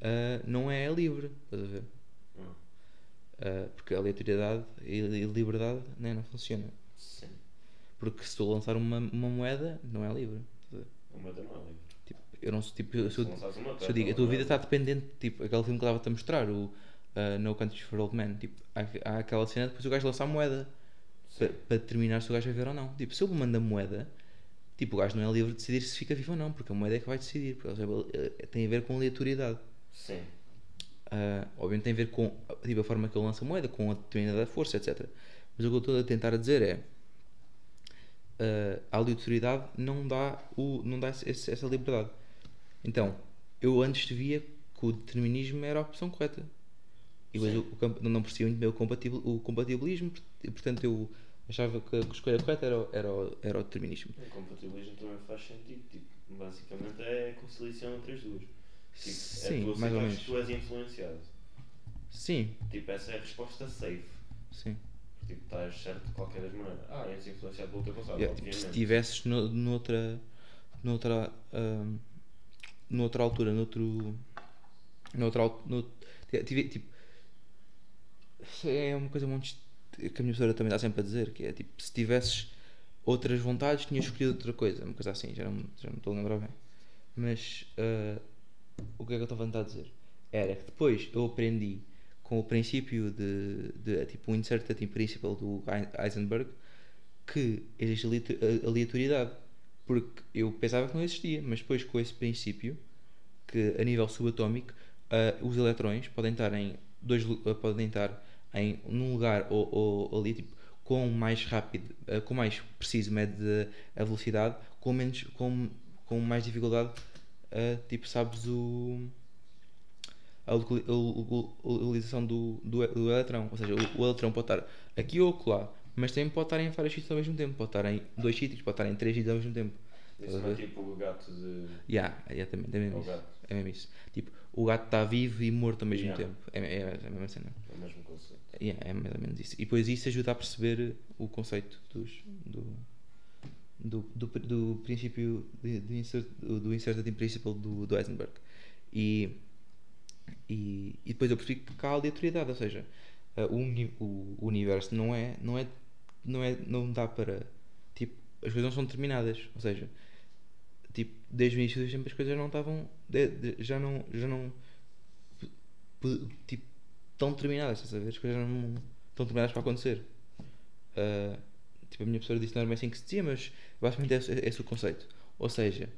Speaker 2: ah, não é livre, estás a ver?
Speaker 1: Ah,
Speaker 2: Ah, porque a aleatoriedade e e liberdade né, não funciona.
Speaker 1: sim.
Speaker 2: Porque se tu lançar uma, uma moeda, não é livre. estás a ver?
Speaker 1: Uma da não é livre.
Speaker 2: Tipo, eu não sou tipo. eu
Speaker 1: Se
Speaker 2: sou-
Speaker 1: lançares uma tá
Speaker 2: se
Speaker 1: pedra,
Speaker 2: eu digo, a
Speaker 1: uma
Speaker 2: tua vida
Speaker 1: pedra.
Speaker 2: está dependente, tipo, aquele filme que estava-te a mostrar, o uh, No Country for Old Men, tipo, há, há aquela cena, depois o gajo lança a moeda, para
Speaker 1: Sim.
Speaker 2: determinar se o gajo vai ver ou não. Tipo, se eu mando a moeda, tipo, o gajo não é livre de decidir se fica vivo ou não, porque a moeda é que vai decidir, porque ou seja, ele, eh, tem a ver com aleatoriedade.
Speaker 1: Sim.
Speaker 2: Ah, ah, obviamente tem a ver com tipo, a forma que ele lança a moeda, com a determinada força, etc. Mas o que eu estou a tentar dizer é ah, a aleatoriedade não dá, o, não dá esse- essa liberdade. Então, eu antes via que o determinismo era a opção correta. E depois
Speaker 3: Sim.
Speaker 2: o, o campo- não, não percebi muito bem o, compatibil, o compatibilismo, port- e, portanto eu achava que a escolha correta era, o- era, o- era o determinismo.
Speaker 1: O compatibilismo também faz sentido. Tipo, basicamente é a conciliação entre as duas. Tipo, é
Speaker 2: Sim,
Speaker 1: tu
Speaker 2: mais ou
Speaker 1: aceitares
Speaker 2: menos.
Speaker 1: que tu és influenciado.
Speaker 2: Sim,
Speaker 1: Tipo, essa é a resposta safe.
Speaker 2: sim.
Speaker 1: Tipo, estás certo de qualquer das maneiras. Ah, és influenciado pelo teu passado,
Speaker 2: Yeah, tipo,
Speaker 1: obviamente.
Speaker 2: se estivesses no, noutra, noutra, ahm, noutra altura, noutro. Noutra, al- nout- ti- tive- tipo, isso é uma coisa muito. est- que a minha professora também está sempre a dizer, que é tipo, se tivesses outras vontades, tinhas escolhido outra coisa, uma coisa assim, já não, já não me estou a lembrar bem. Mas ah, o que é que eu estava a tentar dizer? Era que depois eu aprendi com o princípio de, de tipo, o Uncertainty Principle do Ein- Heisenberg, que existe aleato- a- aleatoriedade. Porque eu pensava que não existia, mas depois com esse princípio, que a nível subatómico, ah, os eletrões podem estar em dois lu- ah, podem estar em num lugar ou, ou ali, tipo, com mais rápido, ah, com mais preciso mede a velocidade, com menos com, com mais dificuldade, ah, tipo, sabes o a locali- a lo- lo- localização do, do, do eletrão. Ou seja, o, o eletrão pode estar aqui ou acolá, mas também pode estar em vários sítios ao mesmo tempo. Pode estar em dois sítios, pode estar em três sítios ao mesmo tempo.
Speaker 1: Isso não é tipo o gato de.
Speaker 2: Yeah, exatamente, é mesmo
Speaker 1: Ou
Speaker 2: isso.
Speaker 1: gato.
Speaker 2: É mesmo isso. Tipo, o gato está vivo e morto ao mesmo
Speaker 1: Yeah.
Speaker 2: tempo. É, é, é a mesma cena.
Speaker 1: É o mesmo conceito.
Speaker 2: Yeah, é mais ou menos isso. E depois isso ajuda a perceber o conceito dos, do, do, do, do princípio de- do, insert, do Incertainty Principle do, do Heisenberg. E, e, e depois eu percebi que há aleatoriedade, ou seja, eh, o, uni- o universo não é, não é, não é, não dá para, tipo, as coisas não são determinadas, ou seja, tipo, desde o início dos tempos as coisas não estavam, de- de- já não, já não, p- p- tipo, tão determinadas, estás a ver? As coisas não estão determinadas para acontecer. Ah, tipo, a minha professora disse que não era bem assim que se dizia, mas basicamente é esse, é esse o conceito. Ou seja,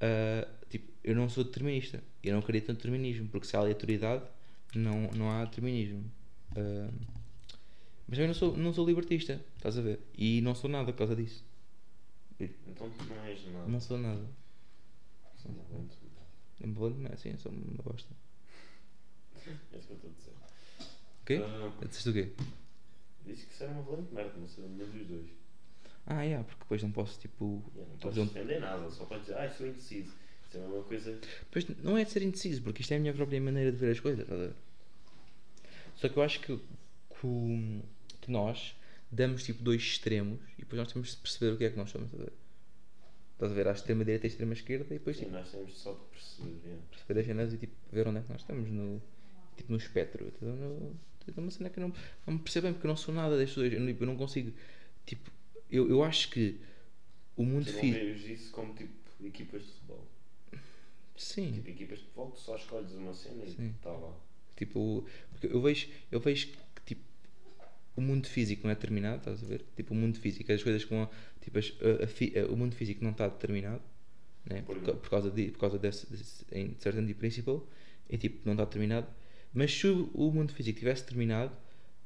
Speaker 2: ah, tipo, eu não sou determinista. Eu não acredito no determinismo, porque se há aleatoriedade, não, não há determinismo. Ah, mas eu não sou, não sou libertista, estás a ver? E não sou nada por causa disso.
Speaker 1: Então tu não és nada. é
Speaker 2: Não sou nada.
Speaker 1: Não.
Speaker 2: Envolvente não é assim, sou uma bosta.
Speaker 1: É isso que eu estou a dizer.
Speaker 2: O quê?
Speaker 1: Ah,
Speaker 2: Dizeste o quê?
Speaker 1: disse que isso era uma valente merda, não sei nenhum dos dois.
Speaker 2: Ah, yeah, porque depois não posso, tipo,
Speaker 1: Yeah, não
Speaker 2: Estou
Speaker 1: podes
Speaker 2: a dizer um-
Speaker 1: defender nada, só podes dizer, ah, sou indeciso. Isso é a mesma coisa.
Speaker 2: Pois não é de ser indeciso, porque isto é a minha própria maneira de ver as coisas, estás a ver? Só que eu acho que, que, o- que nós damos tipo dois extremos e depois nós temos de perceber o que é que nós somos, estás a ver? Estás a ver? Há a extrema direita e a extrema esquerda e depois
Speaker 1: Sim,
Speaker 2: tipo,
Speaker 1: nós temos só de perceber. yeah.
Speaker 2: perceber as cenas e tipo, ver onde é que nós estamos no, tipo, no espectro. Estás a ver? No- estás a ver? uma cena que eu não, não me percebo bem porque eu não sou nada destes dois. Eu, não- eu não consigo. Tipo, eu, eu acho que o mundo
Speaker 1: Tu não
Speaker 2: físico.
Speaker 1: vês isso como tipo equipas de futebol.
Speaker 2: Sim.
Speaker 1: Tipo, equipas de futebol, tu só escolhes uma cena e
Speaker 2: Sim.
Speaker 1: está lá.
Speaker 2: Tipo, porque eu vejo, eu vejo que tipo, o mundo físico não é determinado, estás a ver? Tipo, o mundo físico, as coisas com. Tipo, as- a- a fi- a- o mundo físico não está determinado, né? por,
Speaker 1: Por
Speaker 2: ca-
Speaker 1: mim.
Speaker 2: por causa, de, por causa desse, desse em certain principle, e tipo, não está determinado. Mas se o o mundo físico tivesse determinado,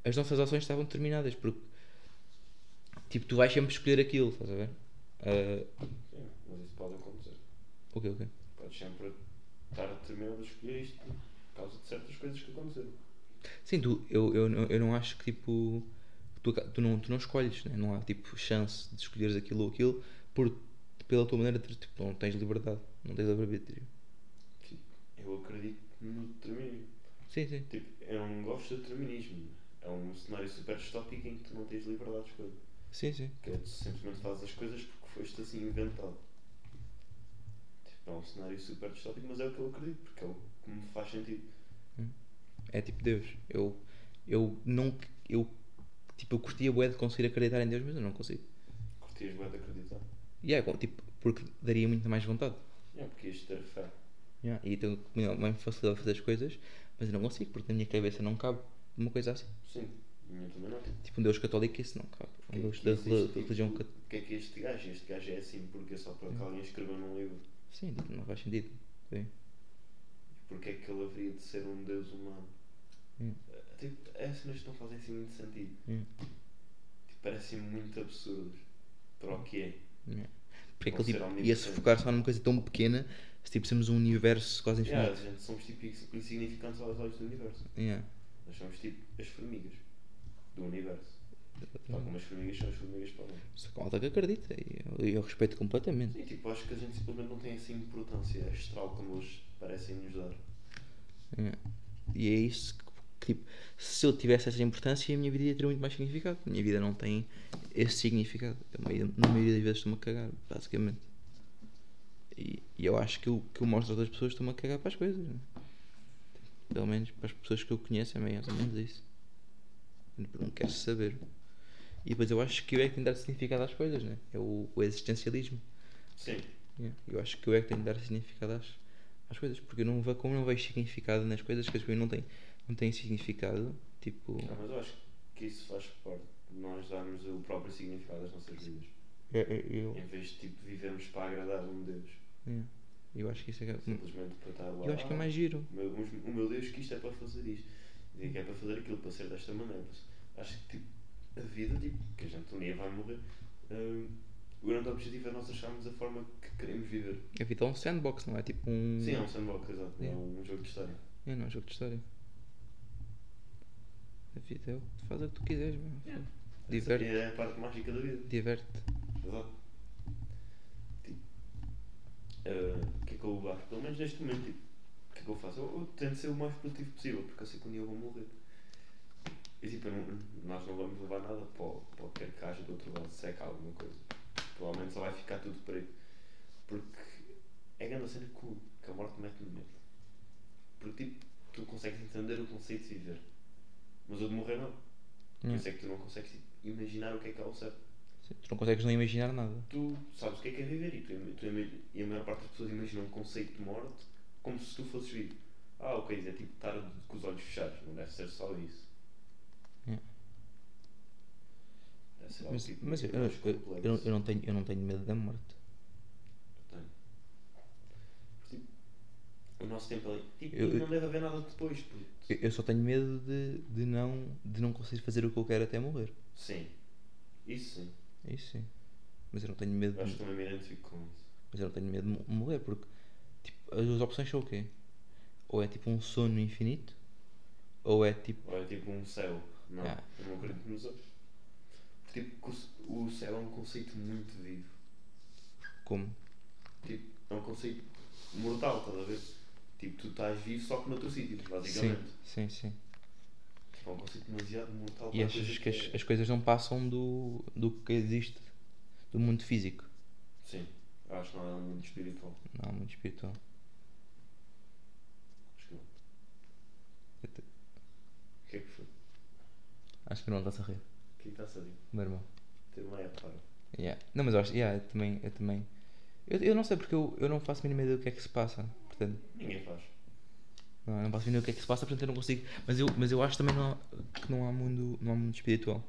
Speaker 2: as nossas ações estavam determinadas, porque tipo, tu vais sempre escolher aquilo, estás a ver? Ah,
Speaker 1: Sim, mas isso pode acontecer.
Speaker 2: o quê, o quê?
Speaker 1: Podes sempre estar determinado a escolher isto por causa de certas coisas que aconteceram.
Speaker 2: Sim, tu, eu, eu, não- eu não acho que tipo. Tu, aca- tu, não, tu não escolhes, né? não há tipo chance de escolheres aquilo ou aquilo por, pela tua maneira de. Tipo, não tens liberdade, não tens livre-arbítrio.
Speaker 1: Eu acredito no determinismo.
Speaker 2: Sim, sim.
Speaker 1: Tipo, eu não gosto do determinismo. É um cenário super distópico em que tu não tens liberdade de escolha.
Speaker 2: Sim, sim.
Speaker 1: Que é tu simplesmente fazes as coisas porque foste assim inventado. Tipo, é um cenário super distópico, mas é o que eu acredito, porque é o que me faz sentido.
Speaker 2: É tipo Deus. Eu, eu não. Eu, tipo, eu curtia bué de conseguir acreditar em Deus, mas eu não consigo.
Speaker 1: Curtias bem de acreditar.
Speaker 2: E é, como, tipo, porque daria muito mais vontade.
Speaker 1: É porque ias ter fé.
Speaker 2: Yeah. E tenho mais facilidade de fazer as coisas, mas eu não consigo, porque na minha cabeça não cabe uma coisa assim.
Speaker 1: Sim, minha é também não.
Speaker 2: Tipo, um Deus católico, isso não cabe. Um Deus da,
Speaker 1: existe,
Speaker 2: reli- da
Speaker 1: tipo,
Speaker 2: religião católica.
Speaker 1: O que é que é este gajo? Este gajo é assim porque é só porque alguém escreveu num livro.
Speaker 2: Sim, tipo, não faz sentido. Sim.
Speaker 1: porque é que ele haveria de ser um deus humano?
Speaker 2: Hum.
Speaker 1: Eh, Tipo, essas cenas não fazem assim muito sentido.
Speaker 2: Hum.
Speaker 1: Tipo, parecem muito absurdas para o que é.
Speaker 2: Porque é que
Speaker 1: Ou
Speaker 2: ele
Speaker 1: ser
Speaker 2: tipo, ia
Speaker 1: omnipotente.
Speaker 2: se focar só numa coisa tão pequena se tipo temos um universo quase
Speaker 1: Yeah, a
Speaker 2: infinito.
Speaker 1: gente somos tipo insignificantes aos olhos do universo.
Speaker 2: Yeah.
Speaker 1: Nós somos tipo as formigas do universo. Tal como as formigas são as formigas para nós.
Speaker 2: Só que a malta que acredita e eu, eu respeito completamente.
Speaker 1: Sim, tipo, acho que a gente simplesmente não tem essa importância astral como eles parecem nos dar.
Speaker 2: Yeah. E é isso que, que, tipo, se eu tivesse essa importância, a minha vida ia ter muito mais significado. A minha vida não tem esse significado. Eu, na maioria- na maioria das vezes estou-me a cagar, basicamente. E, e eu acho que eu, que eu mostro às outras pessoas estou-me a cagar para as coisas. né? Pelo menos para as pessoas que eu conheço é mais ou menos isso. Tipo, Não quero saber. E depois eu acho que eu é que tenho de dar significado às coisas, né? É o- o existencialismo.
Speaker 1: Sim,
Speaker 2: Yeah, Eu acho que eu é que tenho de dar significado às, às coisas, porque eu não ve- como não vejo significado nas coisas, que as coisas não têm, não têm significado, tipo.
Speaker 1: Ah, mas eu acho que isso faz parte de nós darmos o próprio significado às nossas vidas.
Speaker 2: Eu, eu,
Speaker 1: Em vez de tipo vivemos para agradar um Deus.
Speaker 2: yeah, eu acho que isso é. que-
Speaker 1: Simplesmente para estar lá.
Speaker 2: Eu acho que é
Speaker 1: "Ah,
Speaker 2: mais giro.
Speaker 1: O meu, os- o meu Deus que isto é para fazer isto. E que é para fazer aquilo, para ser desta maneira. Acho que tipo, a vida, tipo, que a gente um dia vai morrer. hum, o grande objetivo é nós acharmos a forma que queremos viver.
Speaker 2: A vida é um sandbox, não é? Tipo um.
Speaker 1: Sim, é um sandbox, exato. não É
Speaker 2: Yeah.
Speaker 1: um jogo de história.
Speaker 2: É, não, é um jogo de história. A vida é o que tu fazes o que tu quiseres, mano.
Speaker 3: Yeah.
Speaker 1: Essa
Speaker 2: Diverte.
Speaker 1: é a parte mágica da vida.
Speaker 2: Diverte.
Speaker 1: Exato. Tipo, ah, o que é que eu acho? Pelo menos neste momento, tipo, o que é que eu faço? Eu, eu tento ser o mais produtivo possível, porque eu sei que um dia eu vou morrer. E tipo, eu não- nós não vamos levar nada para o, para o que é que haja do outro lado, seca alguma coisa. Provavelmente só vai ficar tudo preto. Porque é a grande cena que, o- que a morte mete no medo. Porque tipo, tu consegues entender o conceito de viver. Mas o de morrer não. Por
Speaker 2: Yeah.
Speaker 1: isso é que tu não consegues tipo, imaginar o que é que é o certo
Speaker 2: Sim, Tu não consegues não imaginar nada.
Speaker 1: tu sabes o que é que é viver e, tu, ima- tu ima- e a maior parte das pessoas imaginam o conceito de morte como se tu fosses vivo. Ah, ok, é tipo estar com os olhos fechados, não deve ser só isso.
Speaker 2: Yeah.
Speaker 1: Deve ser algo
Speaker 2: Mas,
Speaker 1: tipo
Speaker 2: mas eu,
Speaker 1: mais
Speaker 2: eu- eu- eu não-
Speaker 1: complexo.
Speaker 2: eu não tenho, eu não tenho medo da morte.
Speaker 1: Tenho. Tipo, o nosso tempo ali. Tipo,
Speaker 2: Eu- eu-
Speaker 1: não deve haver nada depois, puto.
Speaker 2: Eu, eu só tenho medo de, de, não, de não conseguir fazer o que eu quero até morrer.
Speaker 1: Sim. Isso sim.
Speaker 2: É Isso sim. Mas eu não tenho medo
Speaker 1: Eu acho que
Speaker 2: de,
Speaker 1: também me identifico com isso.
Speaker 2: mas eu não tenho medo de mo- morrer porque tipo, as duas opções são o quê? Ou é tipo um sono infinito, ou é tipo.
Speaker 1: Ou é tipo um céu. Não,
Speaker 2: Ah.
Speaker 1: eu não acredito nos outros. Tipo, que o c- o céu é um conceito muito vivo.
Speaker 2: como?
Speaker 1: Tipo, é um conceito mortal, estás a ver? Tipo, tu estás vivo só que noutro sítio, basicamente.
Speaker 2: sim, sim.
Speaker 1: Tipo, é um conceito demasiado mortal.
Speaker 2: E
Speaker 1: para a coisa
Speaker 2: achas que as,
Speaker 1: é.
Speaker 2: as coisas não passam do, do que existe do mundo físico?
Speaker 1: Sim, acho que não é um mundo espiritual.
Speaker 2: Não, mundo espiritual.
Speaker 1: Acho que não.
Speaker 2: Eu te-
Speaker 1: O que é que foi? O
Speaker 2: Acho que não está a rir.
Speaker 1: que é que está a dizer?
Speaker 2: Meu irmão.
Speaker 1: Teve uma época.
Speaker 2: Yeah. Não, mas eu acho. Yeah, eu também. Eu, também eu, eu não sei porque eu, eu não faço a mínima ideia do que é que se passa. Portanto.
Speaker 1: Ninguém faz.
Speaker 2: Não, eu não posso entender o que é que se passa, portanto eu não consigo. Mas eu, mas eu acho também não, há- que não há, mundo, não há mundo espiritual.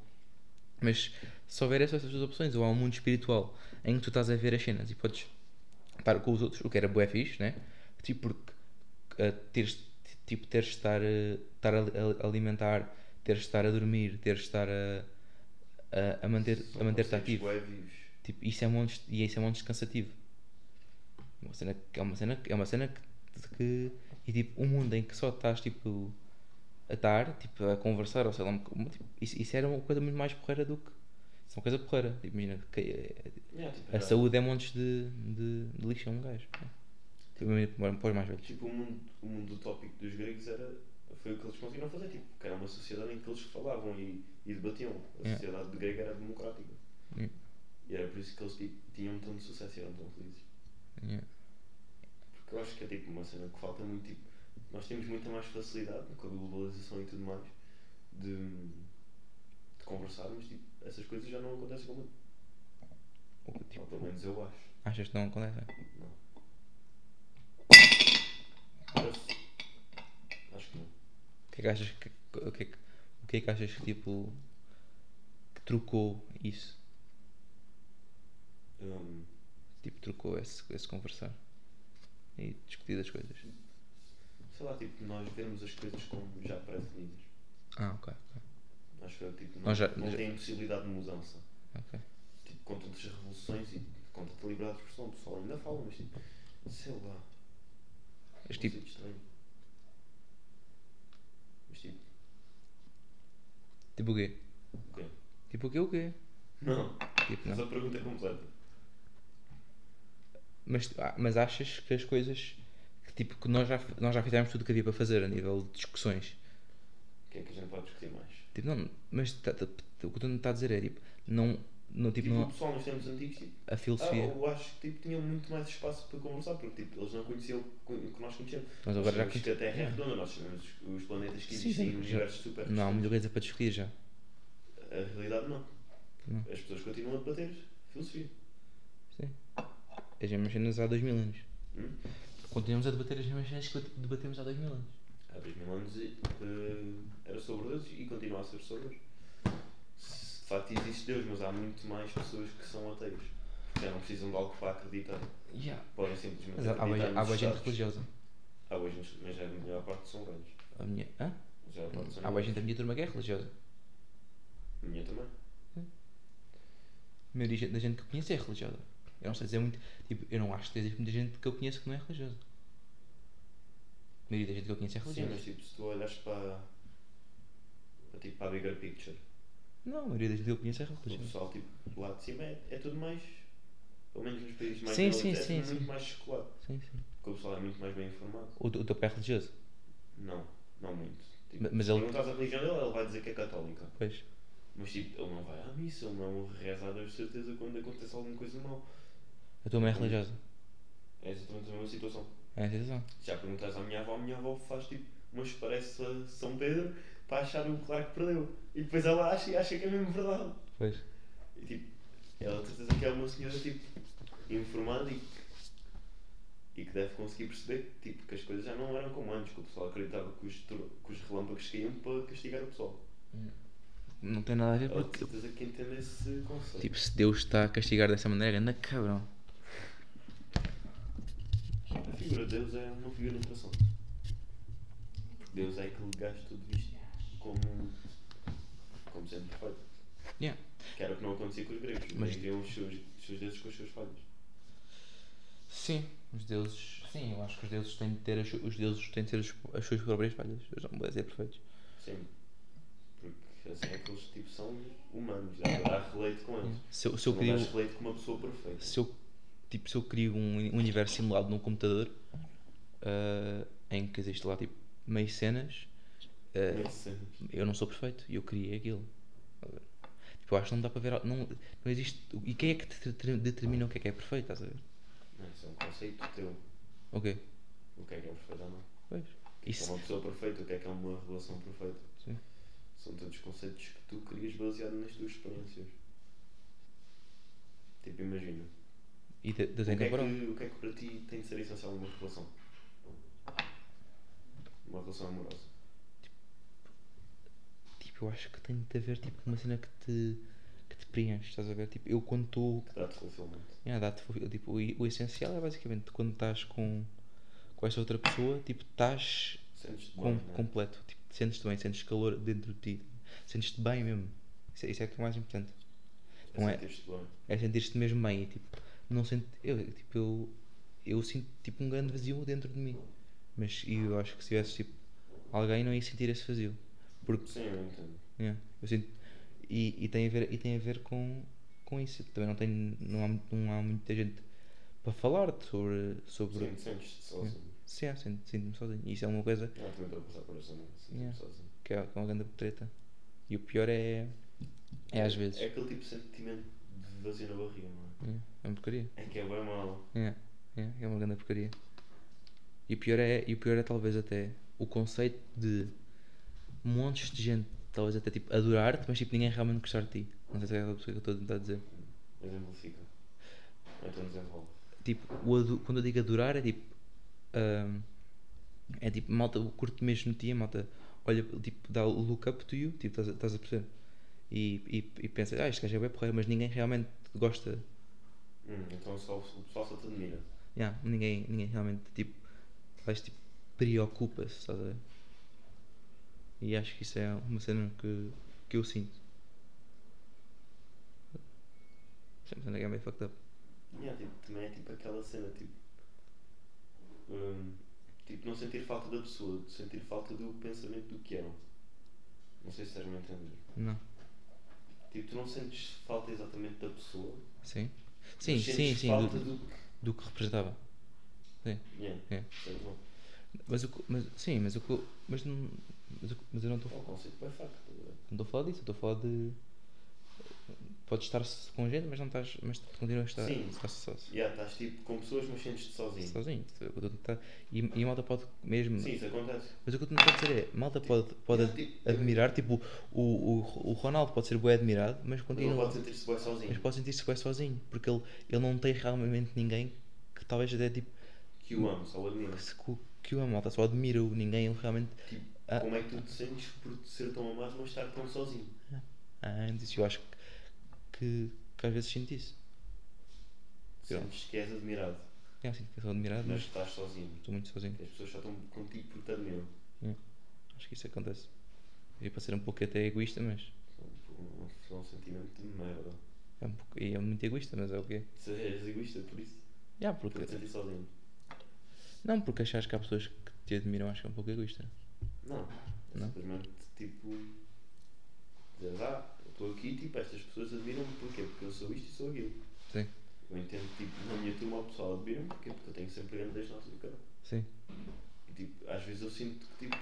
Speaker 2: Mas se houver essas essas duas opções, ou há um mundo espiritual em que tu estás a ver as cenas e podes estar com os outros, o que era bué fixe, né? Tipo, porque ah, teres, tipo, teres de estar, ah, estar a, a- a alimentar, teres de estar a dormir, teres de estar a, a, a manter- a manter-te
Speaker 1: São conceitos
Speaker 2: ativo.
Speaker 1: bué vivos.
Speaker 2: Tipo, isso é um monte, e isso é um monte cansativo. Uma cena, que- é uma cena, é uma cena que, que- E tipo, um mundo em que só estás tipo. a estar, tipo, a conversar, ou sei lá, um- um- tipo, isso, isso era uma coisa muito mais porreira do que. Isso é uma coisa porreira. Tipo, imagina, que, eh,
Speaker 1: Yeah, tipo,
Speaker 2: a
Speaker 1: era-
Speaker 2: saúde é montes de, de, de lixo a um gajo. né? Tipo, imagina, para- para os mais velhos.
Speaker 1: Tipo, o mundo, o mundo utópico dos gregos era, foi o que eles conseguiram fazer, tipo, que era uma sociedade em que eles falavam e, e debatiam. A
Speaker 2: Yeah.
Speaker 1: sociedade grega era democrática.
Speaker 2: Yeah.
Speaker 1: E era por isso que eles tipo, tinham tanto sucesso e eram tão felizes.
Speaker 2: Yeah.
Speaker 1: Porque eu acho que é tipo uma cena que falta muito, tipo, nós temos muita mais facilidade com a globalização e tudo mais de, de conversar, mas tipo, essas coisas já não acontecem como
Speaker 2: Ou, tipo,
Speaker 1: ou pelo menos eu acho.
Speaker 2: achas que não acontece? né?
Speaker 1: Não. Parece- Acho que não.
Speaker 2: O que é que achas que. O que é que, o que, é que achas que tipo. que trocou isso?
Speaker 1: Hum,
Speaker 2: tipo, trocou esse, esse conversar e discutir as coisas.
Speaker 1: sei lá, tipo, nós vemos as coisas como já pré-definidas.
Speaker 2: Ah, ok. ok,
Speaker 1: Acho que eu, tipo, não,
Speaker 2: Nós já-
Speaker 1: não
Speaker 2: já-
Speaker 1: tem possibilidade de mudança.
Speaker 2: ok.
Speaker 1: Tipo, com tantas revoluções e com tanta liberdade de expressão, o pessoal ainda fala, mas tipo, sei lá.
Speaker 2: Mas,
Speaker 1: um
Speaker 2: tipo-
Speaker 1: conceito estranho. Mas tipo,
Speaker 2: Tipo o quê?
Speaker 1: o quê?
Speaker 2: Tipo o quê? O quê?
Speaker 1: Não,
Speaker 2: Tipo,
Speaker 1: mas
Speaker 2: não.
Speaker 1: a pergunta é completa.
Speaker 2: Mas, ah, mas achas que as coisas. Que, tipo, que nós já, nós já fizemos tudo o que havia para fazer a nível de discussões.
Speaker 1: O que é que a gente pode discutir mais?
Speaker 2: Tipo, não, mas tá- tá- o que tu está a dizer é tipo, não, não, tipo,
Speaker 1: Tipo, o
Speaker 2: não,
Speaker 1: pessoal nos tempos antigos, tipo,
Speaker 2: a
Speaker 1: ah,
Speaker 2: filosofia.
Speaker 1: eu acho que tipo, tinham muito mais espaço para conversar, porque tipo, eles não conheciam Ah, o que nós conhecemos.
Speaker 2: Mas agora já
Speaker 1: Sabemos que
Speaker 2: conhece.
Speaker 1: a Terra é redonda, nós sabemos os planetas que
Speaker 2: Sim,
Speaker 1: existem
Speaker 2: sim,
Speaker 1: e
Speaker 2: já-
Speaker 1: universos super
Speaker 2: Não há
Speaker 1: distantes.
Speaker 2: muita coisa para discutir já.
Speaker 1: A realidade não.
Speaker 2: Não.
Speaker 1: As pessoas continuam a debater filosofia.
Speaker 2: As mesmas cenas há 2 mil anos.
Speaker 1: Hum?
Speaker 2: Continuamos a debater as mesmas cenas que debatemos há 2 mil anos.
Speaker 1: Há 2 mil anos eh, era sobre Deus e continua a ser sobre Deus. Se de facto existe Deus, mas há muito mais pessoas que são ateias. que Já não precisam de algo para acreditar.
Speaker 2: Yeah.
Speaker 1: Podem simplesmente
Speaker 2: Mas há, há,
Speaker 1: acreditar
Speaker 2: boa- há
Speaker 1: nos
Speaker 2: boa gente
Speaker 1: estados.
Speaker 2: religiosa.
Speaker 1: Há boa gente, mas a maior parte são velhos.
Speaker 2: A minha, hã?
Speaker 1: Mas a maior parte são
Speaker 2: Há boa
Speaker 1: velhos.
Speaker 2: gente da minha turma que é religiosa.
Speaker 1: A minha também.
Speaker 2: A maioria da gente que eu conheço é religiosa. Eu não sei dizer muito. Tipo, eu não acho que existe muita gente que eu conheço que não é religiosa. A maioria da gente que eu conheço é
Speaker 1: Sim,
Speaker 2: religiosa.
Speaker 1: mas tipo, se tu olhas para, para, tipo, para a bigger picture,
Speaker 2: Não, a maioria da gente que eu conheço é
Speaker 1: o
Speaker 2: religiosa.
Speaker 1: pessoal tipo, lá de cima é, é tudo mais, pelo menos nos países mais
Speaker 2: Sim,
Speaker 1: novos,
Speaker 2: sim,
Speaker 1: é
Speaker 2: sim,
Speaker 1: tudo muito
Speaker 2: sim.
Speaker 1: mais chocolate.
Speaker 2: Sim, sim.
Speaker 1: Porque o pessoal é muito mais bem informado.
Speaker 2: O, teu- o teu pé é religioso?
Speaker 1: Não, não muito. Tipo,
Speaker 2: Ma- mas
Speaker 1: se
Speaker 2: ele-
Speaker 1: perguntas a religião dele, ele vai dizer que é católica.
Speaker 2: Pois.
Speaker 1: Mas tipo, ele não vai à missa, ele não reza a Deus de certeza quando acontece alguma coisa mal.
Speaker 2: A tua mãe é religiosa.
Speaker 1: É exatamente a mesma situação.
Speaker 2: É a sensação.
Speaker 1: Já perguntas à minha avó, a minha avó faz tipo umas parece São Pedro para achar o claro que perdeu. E depois ela acha e acha que é mesmo verdade.
Speaker 2: Pois.
Speaker 1: E tipo, ela de certeza que é uma senhora tipo informada e que, e que deve conseguir perceber tipo, que as coisas já não eram como antes, que o pessoal acreditava que os, tro- que os relâmpagos caíam para castigar o pessoal.
Speaker 2: Não tem nada a ver
Speaker 1: Ela
Speaker 2: É porque.
Speaker 1: de certeza que entende esse conceito.
Speaker 2: Tipo, se Deus está a castigar dessa maneira, anda cabrão.
Speaker 1: A figura de Deus é uma figura de atração. Porque Deus é aquele gajo tudo visto como, como sendo perfeito.
Speaker 2: Yeah.
Speaker 1: Que era o que não acontecia com os gregos. Os
Speaker 2: Mas-
Speaker 1: gregos viam os seus, os seus deuses com as suas falhas.
Speaker 2: Sim, os deuses. Sim, eu acho que os deuses têm de ter as, su- os deuses têm de ter as, as suas próprias falhas. Eles não podem ser perfeitos.
Speaker 1: Sempre. Porque assim é que eles tipo, são humanos. Dá para dar releito com eles.
Speaker 2: Se eu, se
Speaker 1: Tu
Speaker 2: eu
Speaker 1: não
Speaker 2: crio,
Speaker 1: dás releito com uma pessoa perfeita.
Speaker 2: se eu, tipo, se eu crio um uni- universo simulado num computador ah, em que existe lá tipo meias cenas, ah,
Speaker 1: Como é que se sente?
Speaker 2: eu não sou perfeito. Eu criei aquilo. Tipo, eu acho que não dá para ver. al- Não, não existe. E quem é que te- te- determina o que é que é perfeito? Estás a ver?
Speaker 1: Não, Isso é um conceito teu.
Speaker 2: Ok.
Speaker 1: O que é que é perfeito ou não?
Speaker 2: Pois.
Speaker 1: É
Speaker 2: Isso.
Speaker 1: uma pessoa perfeita, o que é que é uma relação perfeita?
Speaker 2: Sim.
Speaker 1: São todos conceitos que tu crias baseado nas tuas experiências. Tipo, imagina.
Speaker 2: E de-
Speaker 1: O que, é
Speaker 2: desenho
Speaker 1: que,
Speaker 2: temporal.
Speaker 1: o que é que para ti tem de ser essencial numa relação? Uma relação amorosa.
Speaker 2: Tipo, eu acho que tem de haver tipo uma cena que te, que te preenche, estás a ver? Tipo, eu quando estou.
Speaker 1: Que dá-te fulfillment.
Speaker 2: Yeah, dá-te fo- tipo, o, i- o essencial é basicamente quando estás com, com essa outra pessoa, tipo, estás
Speaker 1: Sentes-te bem,
Speaker 2: com,
Speaker 1: né?
Speaker 2: completo. Tipo, sentes-te bem, sentes calor dentro de ti, sentes-te bem mesmo. Isso, é- isso é o que é mais importante.
Speaker 1: É
Speaker 2: não é?
Speaker 1: Sentires-te bem.
Speaker 2: É sentir-te mesmo bem e tipo, não sente. Eu, tipo, eu, eu sinto tipo um grande vazio dentro de mim. Mas e eu acho que se tivesse tipo, alguém, não ia sentir esse vazio. Porque
Speaker 1: Sim, eu entendo.
Speaker 2: Yeah, eu sinto- E, e tem a ver, e tem a ver com, com isso. Também não, tem, não, há, mu- não há muita gente para falar de sobre. sobre
Speaker 1: Sim, sentes-te sozinho.
Speaker 2: Sim, eu sinto- sinto-me sozinho. E isso é uma coisa
Speaker 1: Ah, também estou a passar por essa, né? Sentes-te
Speaker 2: Yeah.
Speaker 1: sozinho.
Speaker 2: que é uma grande treta. E o pior é. É às vezes.
Speaker 1: É aquele tipo de sentimento de vazio na barriga, não é?
Speaker 2: Yeah, é uma porcaria.
Speaker 1: É que é bem mal.
Speaker 2: Yeah, yeah, é uma grande porcaria. E o pior é, e o pior é talvez até o conceito de montes de gente, talvez até tipo adorar-te, mas tipo ninguém realmente gostar de ti. Não sei se é aquela pessoa que eu estou a tentar dizer.
Speaker 1: Exemplifica. Ou Então desenvolve.
Speaker 2: tipo, o adu- quando eu digo adorar é tipo ahm, é tipo, malta, eu curto mesmo de ti, a malta olha, tipo, dá o look up to you, tipo, estás a- estás a perceber? E, e, e pensa, ah, este gajo é bem porreiro, mas ninguém realmente gosta,
Speaker 1: Hum, então só, o pessoal só te admira.
Speaker 2: yeah, ninguém, ninguém realmente, tipo, vais tipo, preocupa-se, estás a ver? E acho que isso é uma cena que, que eu sinto. Esta cena que é meio fucked up.
Speaker 1: Yeah, tipo, também é tipo aquela cena, tipo. hum, tipo, não sentir falta da pessoa, de sentir falta do pensamento do que eram. Não sei se estás-me a entender.
Speaker 2: Não.
Speaker 1: Tipo, tu não sentes falta exatamente da pessoa.
Speaker 2: Sim? Sim,
Speaker 1: mas
Speaker 2: sim,
Speaker 1: sentes
Speaker 2: sim.
Speaker 1: Falta
Speaker 2: Do,
Speaker 1: do que.
Speaker 2: do que representava. É.
Speaker 1: Yeah. é
Speaker 2: Yeah.
Speaker 1: sei lá.
Speaker 2: Mas o que- mas, sim, mas o que. eu- Mas, não- mas, o- mas eu não estou
Speaker 1: É um conceito bem fraco, tá ligado?
Speaker 2: Não estou a falar disso, eu estou a falar de. Podes estar s- com gente, mas não estás. Mas continuas a estar,
Speaker 1: Sim.
Speaker 2: estar sócio.
Speaker 1: Yeah, estás tipo com pessoas, mas sentes-te sozinho.
Speaker 2: Sozinho. tu- eu estou a tentar- tá, E, e a malta pode mesmo.
Speaker 1: Sim, isso acontece.
Speaker 2: Mas o que eu estou a dizer é: a malta pode, pode
Speaker 1: yeah, tipo,
Speaker 2: admirar, tipo, o, o, o Ronaldo pode ser bem admirado, mas
Speaker 1: Mas não
Speaker 2: continua.
Speaker 1: pode sentir-se bem sozinho.
Speaker 2: Mas pode sentir-se bem sozinho, porque ele, ele não tem realmente ninguém que talvez até tipo.
Speaker 1: Que o amo, só o admiro.
Speaker 2: Que, se, cu- que o malta só admira, o ninguém ele realmente.
Speaker 1: Tipo,
Speaker 2: Ah.
Speaker 1: como é que tu te sentes por ser tão amado, mas estar tão sozinho?
Speaker 2: Ah, antes eu acho que, que às vezes sinto isso. Sim.
Speaker 1: Sentes que és admirado,
Speaker 2: Eu sinto que sou admirado,
Speaker 1: mas
Speaker 2: mas
Speaker 1: estás sozinho.
Speaker 2: estou muito sozinho.
Speaker 1: As pessoas só estão contigo por te admiram.
Speaker 2: Acho que isso acontece. E para ser um pouco até egoísta, mas.
Speaker 1: É um- É um sentimento de merda.
Speaker 2: É, um pouco, e é muito egoísta, mas é o quê?
Speaker 1: Se és egoísta por isso,
Speaker 2: Já,
Speaker 1: por te
Speaker 2: porque.
Speaker 1: sentir sozinho.
Speaker 2: Não, porque achas que há pessoas que te admiram, acho que é um pouco egoísta.
Speaker 1: Não. É
Speaker 2: Não?
Speaker 1: simplesmente tipo. Dizer, ah, eu estou aqui tipo, estas pessoas admiram-me porquê? Porque eu sou isto e sou aquilo.
Speaker 2: Sim.
Speaker 1: Eu entendo, tipo, na minha turma o pessoal admira-me porquê? Porque eu tenho sempre grandes notas do cara.
Speaker 2: Sim.
Speaker 1: E tipo, às vezes eu sinto que tipo.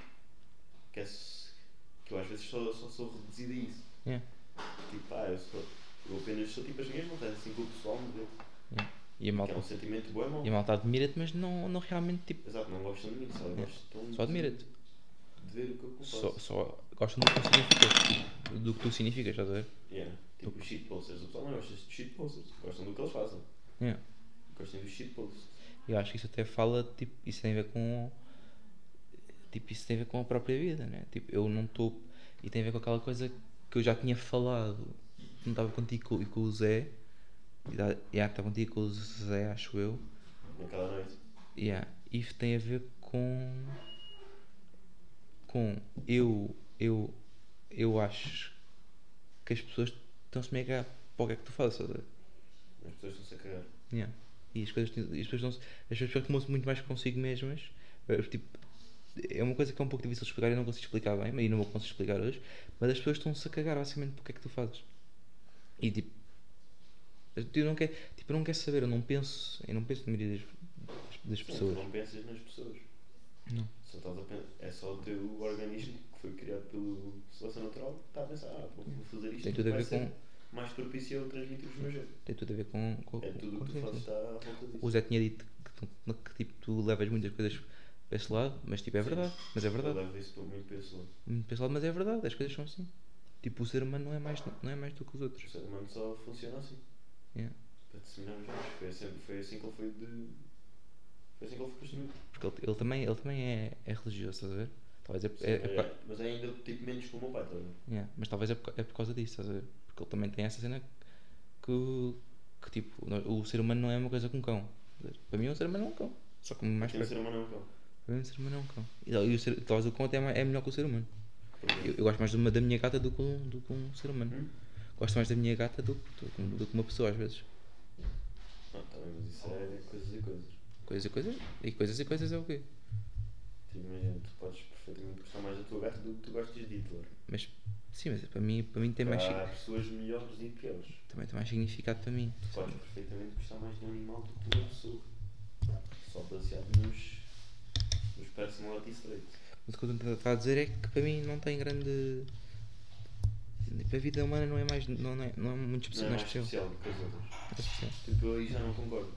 Speaker 1: Que, é, s- que eu às vezes só, só sou reduzido a isso.
Speaker 2: Yeah.
Speaker 1: Tipo, ah, eu sou. Eu apenas sou tipo as minhas notas, assim que o pessoal me vê.
Speaker 2: E
Speaker 1: Que
Speaker 2: a malta,
Speaker 1: é um sentimento bom, mau.
Speaker 2: e a malta admira-te, mas não, não realmente tipo.
Speaker 1: Exato, não gostam de mim, só
Speaker 2: Yeah.
Speaker 1: gostam
Speaker 2: Só admira-te.
Speaker 1: de ver o que eu faço.
Speaker 2: Só, só gostam do que tu significas. Do que tu significas, estás a ver?
Speaker 1: Yeah. Tipo, os shitposters. O pessoal não gosta de shitposters. Gostam do que eles fazem.
Speaker 2: Yeah.
Speaker 1: Gostam dos shitposts.
Speaker 2: E eu acho que isso até fala, tipo, isso tem a ver com. Tipo, isso tem a ver com a própria vida, né? Tipo, eu não estou. E tem a ver com aquela coisa que eu já tinha falado. Não estava contigo e com- e com o Zé. E estava contigo e com o Zé, acho eu.
Speaker 1: Naquela noite.
Speaker 2: Yeah. Isso tem a ver com. Com eu. Eu. Eu acho que as pessoas estão-se meio a cagar para o que é que tu fazes, estás a ver?
Speaker 1: As pessoas estão-se a cagar.
Speaker 2: Yeah. E as coisas, e as pessoas não se- as pessoas preocupam-se muito mais consigo mesmas. Eh, Tipo, é uma coisa que é um pouco difícil de explicar e eu não consigo explicar bem, e não vou conseguir explicar hoje. Mas as pessoas estão-se a cagar basicamente porque é que tu fazes. E tipo, eu não quero, tipo, eu não quero saber, eu não penso, eu não penso na maioria das, das
Speaker 1: Sim,
Speaker 2: pessoas.
Speaker 1: tu não pensas nas pessoas.
Speaker 2: Não.
Speaker 1: Só estás a pensar. É só o teu organismo que foi criado pela seleção natural que está a pensar, ah, vou vou fazer isto.
Speaker 2: Tem tudo a
Speaker 1: vai
Speaker 2: ver
Speaker 1: ser
Speaker 2: com,
Speaker 1: mais propício a transmitir os meus genes.
Speaker 2: tem tudo a ver com, com,
Speaker 1: É tudo
Speaker 2: com
Speaker 1: o que tu
Speaker 2: isso.
Speaker 1: fazes está à volta disso.
Speaker 2: O Zé tinha dito que, tu- que, tipo, tu levas muitas coisas para esse lado, mas tipo, é
Speaker 1: Sim.
Speaker 2: verdade. Mas é
Speaker 1: Eu
Speaker 2: verdade.
Speaker 1: levo isso para muito pessoal.
Speaker 2: Muito pessoal, mas é verdade, as coisas são assim. Tipo, o ser humano não é mais, não é mais do que os
Speaker 1: O
Speaker 2: outros.
Speaker 1: ser humano só funciona assim.
Speaker 2: Yeah.
Speaker 1: Para disseminar os genes. Foi, sempre, foi assim que ele foi de. Foi assim que ele foi construído.
Speaker 2: Porque ele, ele também, ele também é, é religioso, estás a ver? Talvez é,
Speaker 1: Sim,
Speaker 2: é,
Speaker 1: mas
Speaker 2: é,
Speaker 1: é- mas é ainda tipo menos que o meu pai, estás a ver?
Speaker 2: yeah, mas talvez é por, é por causa disso, estás a ver? Porque ele também tem essa cena que, o- que tipo, nós- o ser humano não é uma coisa com um cão. Estás a ver? Para mim, o ser humano é um cão. Só que mais
Speaker 1: Tem
Speaker 2: perto.
Speaker 1: ser humano é um cão.
Speaker 2: Para mim, o ser humano é um cão. E, e o ser, talvez o cão até é, mais- é melhor que o ser humano.
Speaker 1: Porque
Speaker 2: Eu, eu gosto mais de uma, da minha gata do que, um, do que um ser humano.
Speaker 1: Hum?
Speaker 2: Gosto mais da minha gata do, que- do, que- um, do que uma pessoa, às vezes.
Speaker 1: Não, tá bem, mas isso é coisas e coisas.
Speaker 2: Coisas e coisas. E coisas e coisas é o quê?
Speaker 1: Tipo, imagina, tu podes perfeitamente gostar mais da tua gata do que tu gostas de Hitler.
Speaker 2: Mas, sim, mas para mim, para mim tem mais.
Speaker 1: Há
Speaker 2: sig-
Speaker 1: pessoas melhores e piores.
Speaker 2: Também tem mais significado para mim.
Speaker 1: Tu podes perfeitamente gostar mais de um animal do que de uma pessoa. Só baseado nos. nos personality traits.
Speaker 2: Mas o que eu estou a tentar dizer é que para mim não tem grande. Para a vida humana não é mais. não, não é, não é muito
Speaker 1: Não
Speaker 2: especial.
Speaker 1: é
Speaker 2: Não
Speaker 1: mais
Speaker 2: é especial.
Speaker 1: especial do que as outras.
Speaker 2: Não é especial.
Speaker 1: Tipo, eu aí já não concordo.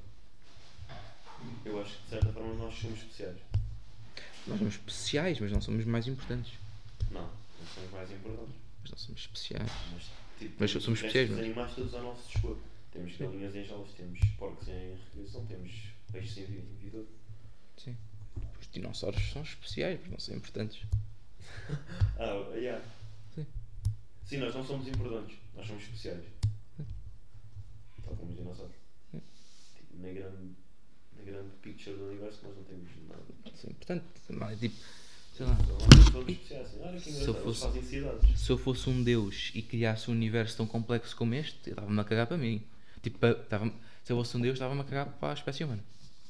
Speaker 1: Eu acho que de certa forma nós somos especiais.
Speaker 2: Nós somos especiais, mas não somos mais importantes.
Speaker 1: Não, não somos mais importantes.
Speaker 2: Mas não somos especiais.
Speaker 1: Mas, tipo,
Speaker 2: Mas somos
Speaker 1: o resto
Speaker 2: especiais,
Speaker 1: dos
Speaker 2: não é?
Speaker 1: animais todos ao nosso dispor. Temos
Speaker 2: Sim.
Speaker 1: galinhas em jaulas, temos porcos em recriação, temos peixes em vi- em vida.
Speaker 2: Os dinossauros são especiais, mas não são importantes.
Speaker 1: Ah, yeah.
Speaker 2: Sim.
Speaker 1: Sim, nós não somos importantes, nós somos especiais. Tal como os dinossauros.
Speaker 2: Sim.
Speaker 1: Tipo, na grande, na grande picture do universo, nós não temos nada.
Speaker 2: Sim, portanto, mas, tipo, sei lá.
Speaker 1: Então, somos especiais, assim, olha que
Speaker 2: Se eu
Speaker 1: engraçado, eles
Speaker 2: fosse-
Speaker 1: fazem cidades.
Speaker 2: Se eu fosse um deus e criasse um universo tão complexo como este, eu estava-me a cagar para mim. Tipo, pa- tava-me- se eu fosse um deus, estava-me a cagar para a espécie humana.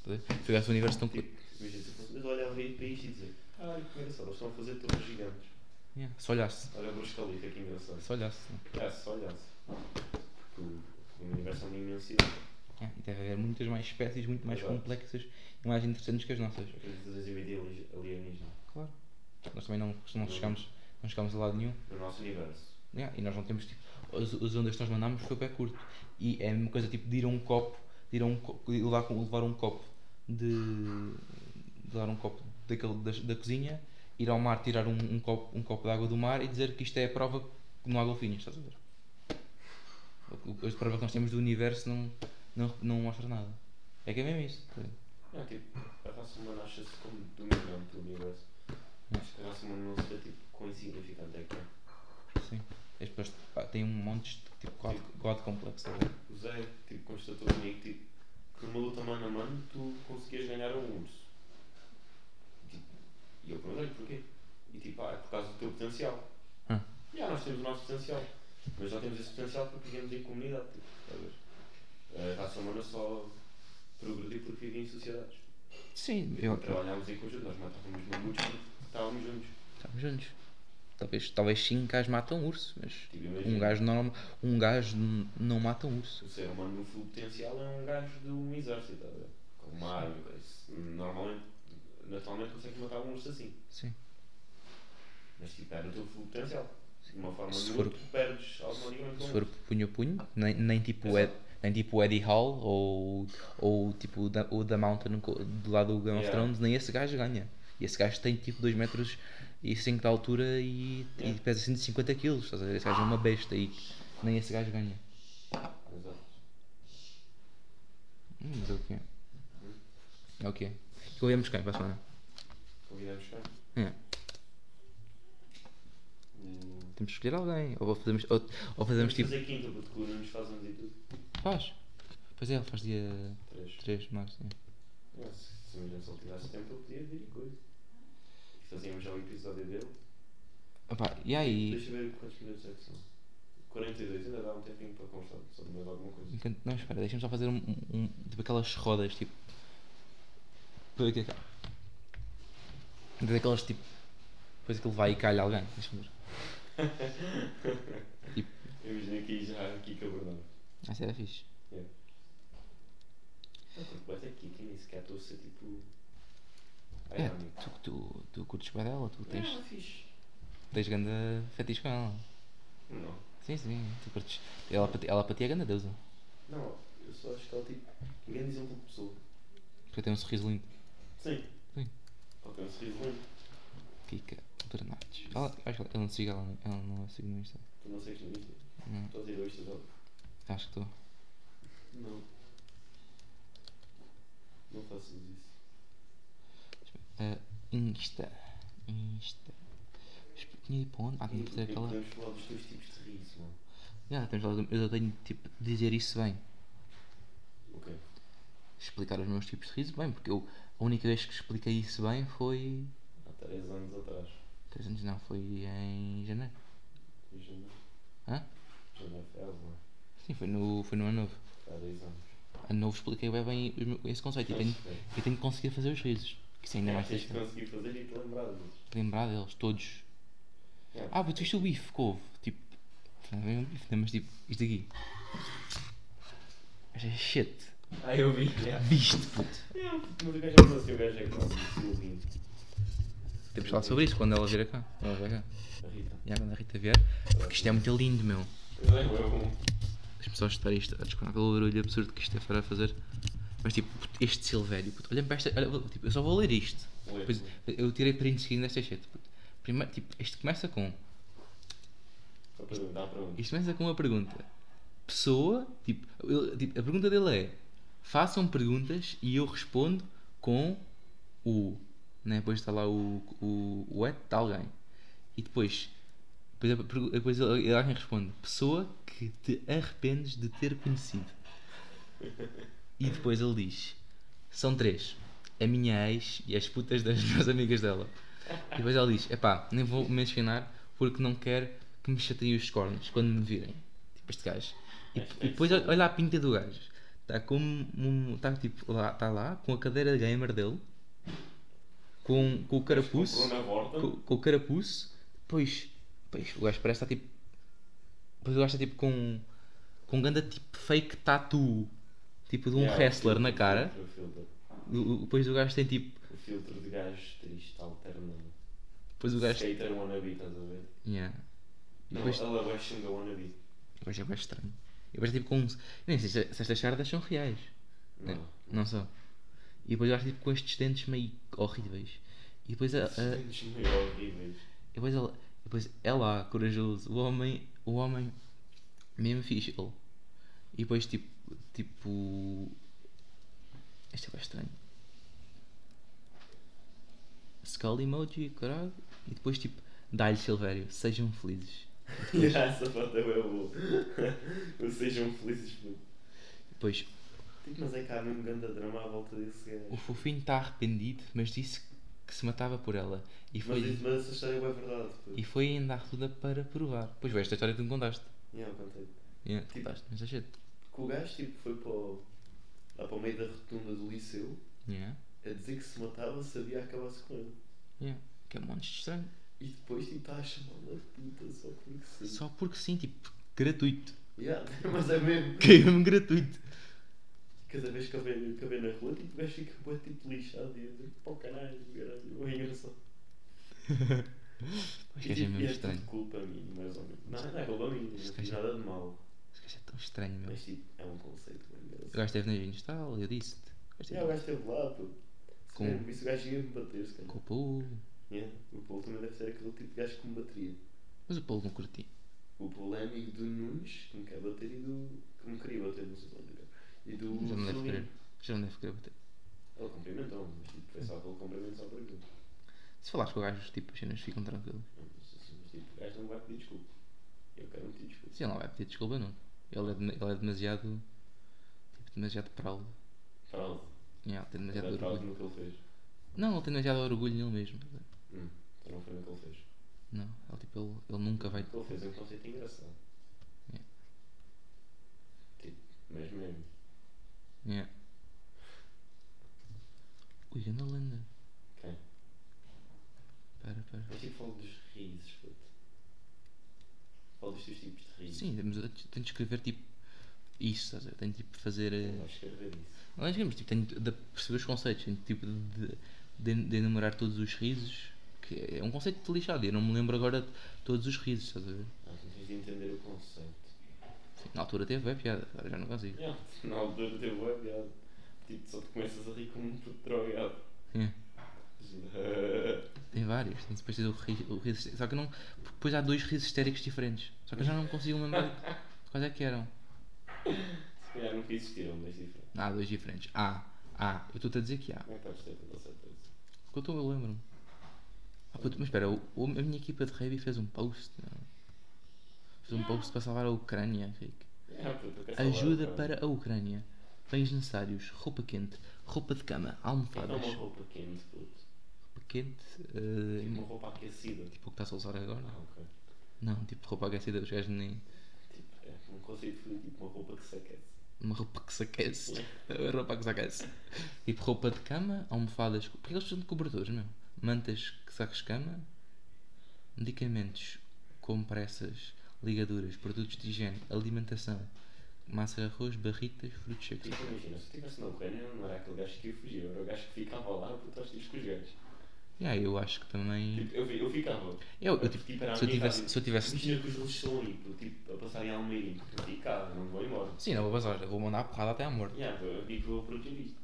Speaker 2: Estás a ver? Se eu criasse um universo tão. co-
Speaker 1: Tipo, imagina, se eu fosse- mas olhava aí para isto e dizia, ah, olha que engraçado, eles estão a fazer torres gigantes.
Speaker 2: Yeah, se olhasse.
Speaker 1: Olha o Bruce Khalifa, que engraçado.
Speaker 2: Se olhasse. né?
Speaker 1: Ah, se olhasse. Porque o o universo é uma imensidade.
Speaker 2: Yeah, e deve haver muitas mais espécies, muito mais
Speaker 1: Exato.
Speaker 2: complexas e mais interessantes que as nossas.
Speaker 1: Acreditações e vida ali- alienígena.
Speaker 2: Claro. Nós também não, não, chegamos, não chegamos a lado nenhum.
Speaker 1: No nosso universo.
Speaker 2: Yeah, e nós não temos tipo. As, as ondas que nós mandámos foi bem curto. E é a mesma coisa tipo de ir a um copo, de ir a um copo, de levar, com- levar um copo de. de levar um copo daquele, da, da cozinha, ir ao mar tirar um, um copo, um copo de água do mar e dizer que isto é a prova que não há golfinhos, estás a ver? O- o- A prova que nós temos do universo não, não, não mostra nada. É que é mesmo isso. tá a ver?
Speaker 1: Não, tipo, a raça humana acha-se como dominante do universo. Acho que a raça humana não seja tipo quão insignificante é que é.
Speaker 2: Sim. As pessoas pá, têm um monte de tipo god, god complexo, tá a ver?
Speaker 1: O Zé, tipo, constatou comigo tipo, que numa luta mano a mano tu conseguias ganhar a um urso. Tipo, e eu perguntei porquê. E tipo, ah, é por causa do teu potencial.
Speaker 2: Hum.
Speaker 1: Já, nós temos o nosso potencial. Mas já temos esse potencial porque vivemos em comunidade. Tipo, a, ver? a raça humana Eh, tá só progrediu porque vive em sociedades.
Speaker 2: Sim, eu,
Speaker 1: Trabalhámos em conjunto, nós matávamos mamutes porque estávamos juntos.
Speaker 2: Estamos juntos. Talvez, talvez sim, um gajo mata um urso, mas
Speaker 1: Tipo,
Speaker 2: um
Speaker 1: imagina,
Speaker 2: gajo, normal, um gajo n- não mata um urso.
Speaker 1: o ser humano no full potencial é um gajo de um exército, tá a ver? com uma arma. isso, Normalmente, naturalmente, consegues matar um urso assim.
Speaker 2: Sim.
Speaker 1: Mas tipo, era o teu full potencial. De uma forma
Speaker 2: Se
Speaker 1: ou
Speaker 2: for-
Speaker 1: de outra, tu perdes automaticamente
Speaker 2: Se
Speaker 1: com
Speaker 2: for
Speaker 1: isso.
Speaker 2: punho a punho, nem, nem tipo o Ed, nem tipo o Eddie Hall ou, ou tipo o da, o da Mountain co- do lado do Game of
Speaker 1: Yeah.
Speaker 2: Thrones, nem esse gajo ganha. E esse gajo tem tipo 2 metros e 5 de altura e, e
Speaker 1: Yeah.
Speaker 2: pesa 150 quilos. Estás a ver? Esse gajo é uma besta e nem esse gajo ganha.
Speaker 1: Exato.
Speaker 2: Hum, mas é o que é. É o que é. E olhamos quem para a semana?
Speaker 1: Convidamos cá.
Speaker 2: É.
Speaker 1: Hum,
Speaker 2: Temos que escolher alguém. Ou fazemos, ou, ou
Speaker 1: Vamos
Speaker 2: fazemos tipo.
Speaker 1: fazer quinta, porque o Nunes faz anos e um tudo.
Speaker 2: Faz. Pois é, faz dia
Speaker 1: Três.
Speaker 2: 3 de março. é.
Speaker 1: Ah, Se se o Nunes não tivesse tempo, ele podia vir e coisa. E fazíamos já o episódio dele.
Speaker 2: Opá, e aí?
Speaker 1: Deixa eu ver quantos minutos é que são. 42, ainda dá um tempinho para conversar sobre mais alguma coisa.
Speaker 2: enquanto- Não, espera, deixa-me só fazer um, um- Tipo aquelas rodas, tipo. Para ver o que é que há. Então, Daquelas tipo. Depois aquilo vai e calha alguém. Deixa-me ver.
Speaker 1: Eu imaginei que aí já aqui que abordava.
Speaker 2: Ah, isso era fixe.
Speaker 1: Ah, porque bate aqui, que nem sequer estou a ser tipo.
Speaker 2: É,
Speaker 1: amigo.
Speaker 2: tu, tu, tu curtes para dela, tu tens,
Speaker 1: Ah, fixe.
Speaker 2: tens grande fetiche com ela.
Speaker 1: Não.
Speaker 2: Sim, sim, tu curtes. Ela, para ti- ela para ti é grande deusa.
Speaker 1: Não, eu só acho que ela tipo. Ninguém diz um pouco de pessoa.
Speaker 2: Porque tem um sorriso lindo.
Speaker 1: Sim.
Speaker 2: Sim.
Speaker 1: Ela tem um sorriso lindo.
Speaker 2: Kika Bernardes. Ela, acho que ela, eu não sigo ela, no- ela não a sigo no Insta.
Speaker 1: Tu não segues no Insta?
Speaker 2: Não.
Speaker 1: Estás então. a ir ao Insta dela?
Speaker 2: Acho que estou.
Speaker 1: Não. Não faças isso.
Speaker 2: Uh, Insta. Insta. Mas Tinha ido para onde? Ah, tinha
Speaker 1: E é
Speaker 2: de fazer aquela.
Speaker 1: Podemos falar dos dois tipos de riso, mano.
Speaker 2: Já, temos lá- eu tenho tipo, de dizer isso bem.
Speaker 1: Ok.
Speaker 2: Explicar os meus tipos de riso bem, porque eu a única vez que expliquei isso bem foi.
Speaker 1: Há 3 anos atrás.
Speaker 2: Três anos não, foi em janeiro.
Speaker 1: Em janeiro.
Speaker 2: Hã?
Speaker 1: Janeiro foi agora.
Speaker 2: Sim, foi no, foi no ano novo.
Speaker 1: é Há 10 anos.
Speaker 2: Ano novo expliquei bem, bem os meus- esse conceito e tenho, eu tenho que conseguir fazer os risos. Que isso tipo, ainda é mais
Speaker 1: Tens
Speaker 2: triste.
Speaker 1: que conseguir fazer e te lembrar disso.
Speaker 2: Lembrar deles todos.
Speaker 1: É.
Speaker 2: Ah, mas tu viste o bife que houve? Tipo. Não é um bife, né? mas tipo, isto aqui. Mas é shit.
Speaker 1: Ah, eu vi.
Speaker 2: Viste, puto.
Speaker 1: Mas o gajo é assim, o gajo é quase sorrindo.
Speaker 2: Temos de falar sobre isso quando ela vier cá. Ela vier cá.
Speaker 1: A Rita.
Speaker 2: E quando a Rita vier. Porque isto é muito lindo, meu.
Speaker 1: Mas é bom.
Speaker 2: As pessoas estarem isto a descontar pelo barulho absurdo que isto é para fazer. Mas tipo, puto, este Silvério, puto, olha para esta. Olha, tipo, eu só vou ler isto.
Speaker 1: Lê.
Speaker 2: Depois, eu tirei print seguindo desta shit. Puto. Primeiro, tipo, isto começa com.
Speaker 1: Só para dar para onde?
Speaker 2: Isto começa com uma pergunta. Pessoa, tipo, ele- tipo, a pergunta dele é: façam perguntas e eu respondo com o. Né? Depois está lá o, o, o at de alguém. E depois, depois, a pergu- depois ele- ele- alguém responde: pessoa que te arrependes de ter conhecido. E depois ele diz: São três. A minha ex e as putas das minhas amigas dela. E depois ela diz, epá, nem vou mencionar porque não quero que me chateiem os cornos quando me virem. Tipo este gajo. E, e depois olha olha a pinta do gajo. Está como um. Está tipo lá, tá lá com a cadeira gamer dele. Com, com o carapuço.
Speaker 1: Comprou na borda.
Speaker 2: Com, com o carapuço. Depois, depois o gajo parece estar tipo. Depois o gajo está tipo com. Com um ganda tipo fake tattoo. Tipo de um
Speaker 1: Yeah, o
Speaker 2: wrestler
Speaker 1: filtro,
Speaker 2: na
Speaker 1: o
Speaker 2: cara.
Speaker 1: filtro, O filtro,
Speaker 2: O- o- Depois o gajo tem tipo.
Speaker 1: o filtro de gajo triste, alternando.
Speaker 2: Depois o gajo.
Speaker 1: Skater wannabe, estás a ver?
Speaker 2: Yeah. E
Speaker 1: Não,
Speaker 2: depois,
Speaker 1: ela vai xingar wannabe.
Speaker 2: depois é bem estranho. E depois é tipo com. uns- Nem sei se se estas chardas são reais.
Speaker 1: Não.
Speaker 2: Não, não são. E depois o gajo tipo com estes dentes meio horríveis. E depois a- a,
Speaker 1: Sentes meio horríveis.
Speaker 2: E depois ela, depois é lá, corajoso, o homem, o homem mesmo fixe, ele. E depois tipo, tipo, este é bem estranho. Skull emoji, caralho. E depois tipo, dá-lhe Silvério, sejam felizes.
Speaker 1: Yeah, essa foto é bem boa. Ou sejam felizes, puto.
Speaker 2: Depois,
Speaker 1: Tipo, mas é que há mesmo grande drama à volta desse
Speaker 2: o
Speaker 1: gajo.
Speaker 2: fofinho está arrependido, mas disse que se matava por ela. E
Speaker 1: Mas,
Speaker 2: foi,
Speaker 1: isso- mas essa história é bem verdade, puto.
Speaker 2: e foi ainda à ruda para provar. Pois bem, esta história que me contaste.
Speaker 1: Yeah, eu contei.
Speaker 2: Yeah, contaste, mas é achei.
Speaker 1: Que o gajo tipo, foi para o, lá para o meio da rotunda do liceu
Speaker 2: Yeah,
Speaker 1: a dizer que se matava se havia acabar-se com ele.
Speaker 2: yeah. Que é um monte de estranho.
Speaker 1: E depois tipo, está a chamá-la puta só porque sim.
Speaker 2: Só porque sim, tipo, gratuito.
Speaker 1: Yeah, mas é mesmo.
Speaker 2: Caiu-me gratuito.
Speaker 1: Cada vez que eu vejo, que eu vejo na rua, tipo, o gajo fica bué, tipo lixado e eu digo, pô caralho, caralho, é engraçado. e, tipo, e
Speaker 2: Este gajo é mesmo
Speaker 1: é tudo
Speaker 2: estranho.
Speaker 1: culpa minha, mais ou menos. Não, não é culpa minha, não
Speaker 2: Este
Speaker 1: fiz
Speaker 2: gajo-
Speaker 1: nada de mal.
Speaker 2: Este gajo é tão estranho, meu.
Speaker 1: Mas tipo, é um conceito bem
Speaker 2: O
Speaker 1: engraçado.
Speaker 2: gajo esteve na Vinstal, eu disse-te. O gajo
Speaker 1: Yeah, É, o
Speaker 2: esteve
Speaker 1: gajo esteve lá, pô. Se
Speaker 2: Com-
Speaker 1: mesmo visse, o gajo ia me bater, se
Speaker 2: com
Speaker 1: calhar.
Speaker 2: o Paulo.
Speaker 1: Yeah, o Paulo também deve ser aquele tipo de gajo que me bateria.
Speaker 2: Mas o Paulo não curti.
Speaker 1: O polémico do Nunes, que me quer bater, e do. que me queria bater, não sei se vai dizer. E do.
Speaker 2: Já não deve
Speaker 1: Silvinho.
Speaker 2: querer. Já não deve querer bater.
Speaker 1: Ele cumprimentou-me, mas tipo, foi só aquele cumprimento só por aquilo.
Speaker 2: Se falares com o gajo, tipo, as cenas ficam tranquilas.
Speaker 1: Mas, assim, mas, tipo, o gajo não vai pedir desculpa. Eu quero me pedir desculpa.
Speaker 2: Sim, ele não vai pedir desculpa nunca. Ele é, dem- ele é demasiado. Tipo, demasiado praudo.
Speaker 1: Fraude.
Speaker 2: Yeah, ele tem
Speaker 1: Mas é
Speaker 2: demasiado
Speaker 1: fraude
Speaker 2: orgulho.
Speaker 1: no que ele fez.
Speaker 2: Não, ele tem demasiado orgulho nele mesmo. tá
Speaker 1: Hum, então não foi no que ele fez.
Speaker 2: Não, ele, tipo, ele, ele nunca vai.
Speaker 1: O que ele fez é um conceito engraçado.
Speaker 2: Yeah.
Speaker 1: Tipo, mas mesmo.
Speaker 2: Yeah. Ui, anda lenda.
Speaker 1: Quem?
Speaker 2: Pera, pera.
Speaker 1: Mas tipo, falo dos risos, puto. Falo dos teus tipos de risos.
Speaker 2: Sim, mas eu te- tenho de escrever tipo isso, estás a ver? Tenho tipo de fazer. eh,
Speaker 1: Eu Vou escrever isso.
Speaker 2: Não é escrever, mas tipo, tenho de perceber os conceitos, tenho tipo de, de, de enumerar todos os risos, que é um conceito de lixado, eu não me lembro agora de todos os risos, estás a ver?
Speaker 1: Ah, tu tens de entender o conceito.
Speaker 2: Sim, na altura teve, é piada, agora já não consigo.
Speaker 1: Yeah, na altura teu boa piada. Tipo, só te começas a rir como um puto drogado.
Speaker 2: É, tem vários, tem depois tens o, ri, o riso histérico, só que eu não. porque Depois há dois risos histéricos diferentes, só que eu já não me consigo lembrar de quais é que eram.
Speaker 1: Se calhar nunca existiram, mas diferente.
Speaker 2: Há dois diferentes. Há, há, eu estou-te a dizer que há.
Speaker 1: Como é que estás a ter certeza?
Speaker 2: Porque eu estou, eu lembro-me. Ah, puto, mas espera, o, o- a minha equipa de rugby fez um post. Não? Fez um post para salvar a Ucrânia, Rick.
Speaker 1: Yeah, puto, eu quero salvar
Speaker 2: Ajuda
Speaker 1: o cara.
Speaker 2: para a Ucrânia. Bens necessários, roupa quente, roupa de cama,
Speaker 1: Então,
Speaker 2: almofadas.
Speaker 1: uma
Speaker 2: Roupa
Speaker 1: roupa quente, puto. Tipo,
Speaker 2: quente, eh,
Speaker 1: Uma roupa aquecida.
Speaker 2: tipo o que está-se a usar agora.
Speaker 1: Ah, ok.
Speaker 2: Não, tipo roupa aquecida, os gajos nem.
Speaker 1: Tipo, é um conceito de tipo uma roupa que se aquece.
Speaker 2: Uma roupa que se aquece. Uma roupa que se aquece. Tipo roupa de cama, almofadas. Porque eles precisam de cobertores, meu. Mantas que sacos de cama. Medicamentos, compressas, ligaduras, produtos de higiene, alimentação, massa de arroz, barritas, frutos secos.
Speaker 1: Tipo, imagina, se eu estivesse na Ucrânia, não era aquele gajo que ia fugir, era o gajo que ficava lá porque estás com os gajos.
Speaker 2: E aí eu acho que também.
Speaker 1: Tipo, eu, vi- eu ficava.
Speaker 2: Eu, eu, tipo,
Speaker 1: era a
Speaker 2: se eu
Speaker 1: minha
Speaker 2: tivesse-
Speaker 1: casa.
Speaker 2: se eu tivesse-
Speaker 1: Imagina que os russos estão ali, pô, tipo, a passarem a Almeirinho, tipo, eu ficava, não vou embora.
Speaker 2: sim, não vou bazar, eu vou mandar a porrada até à morte.
Speaker 1: Yeah, eu digo que vou proteger isto.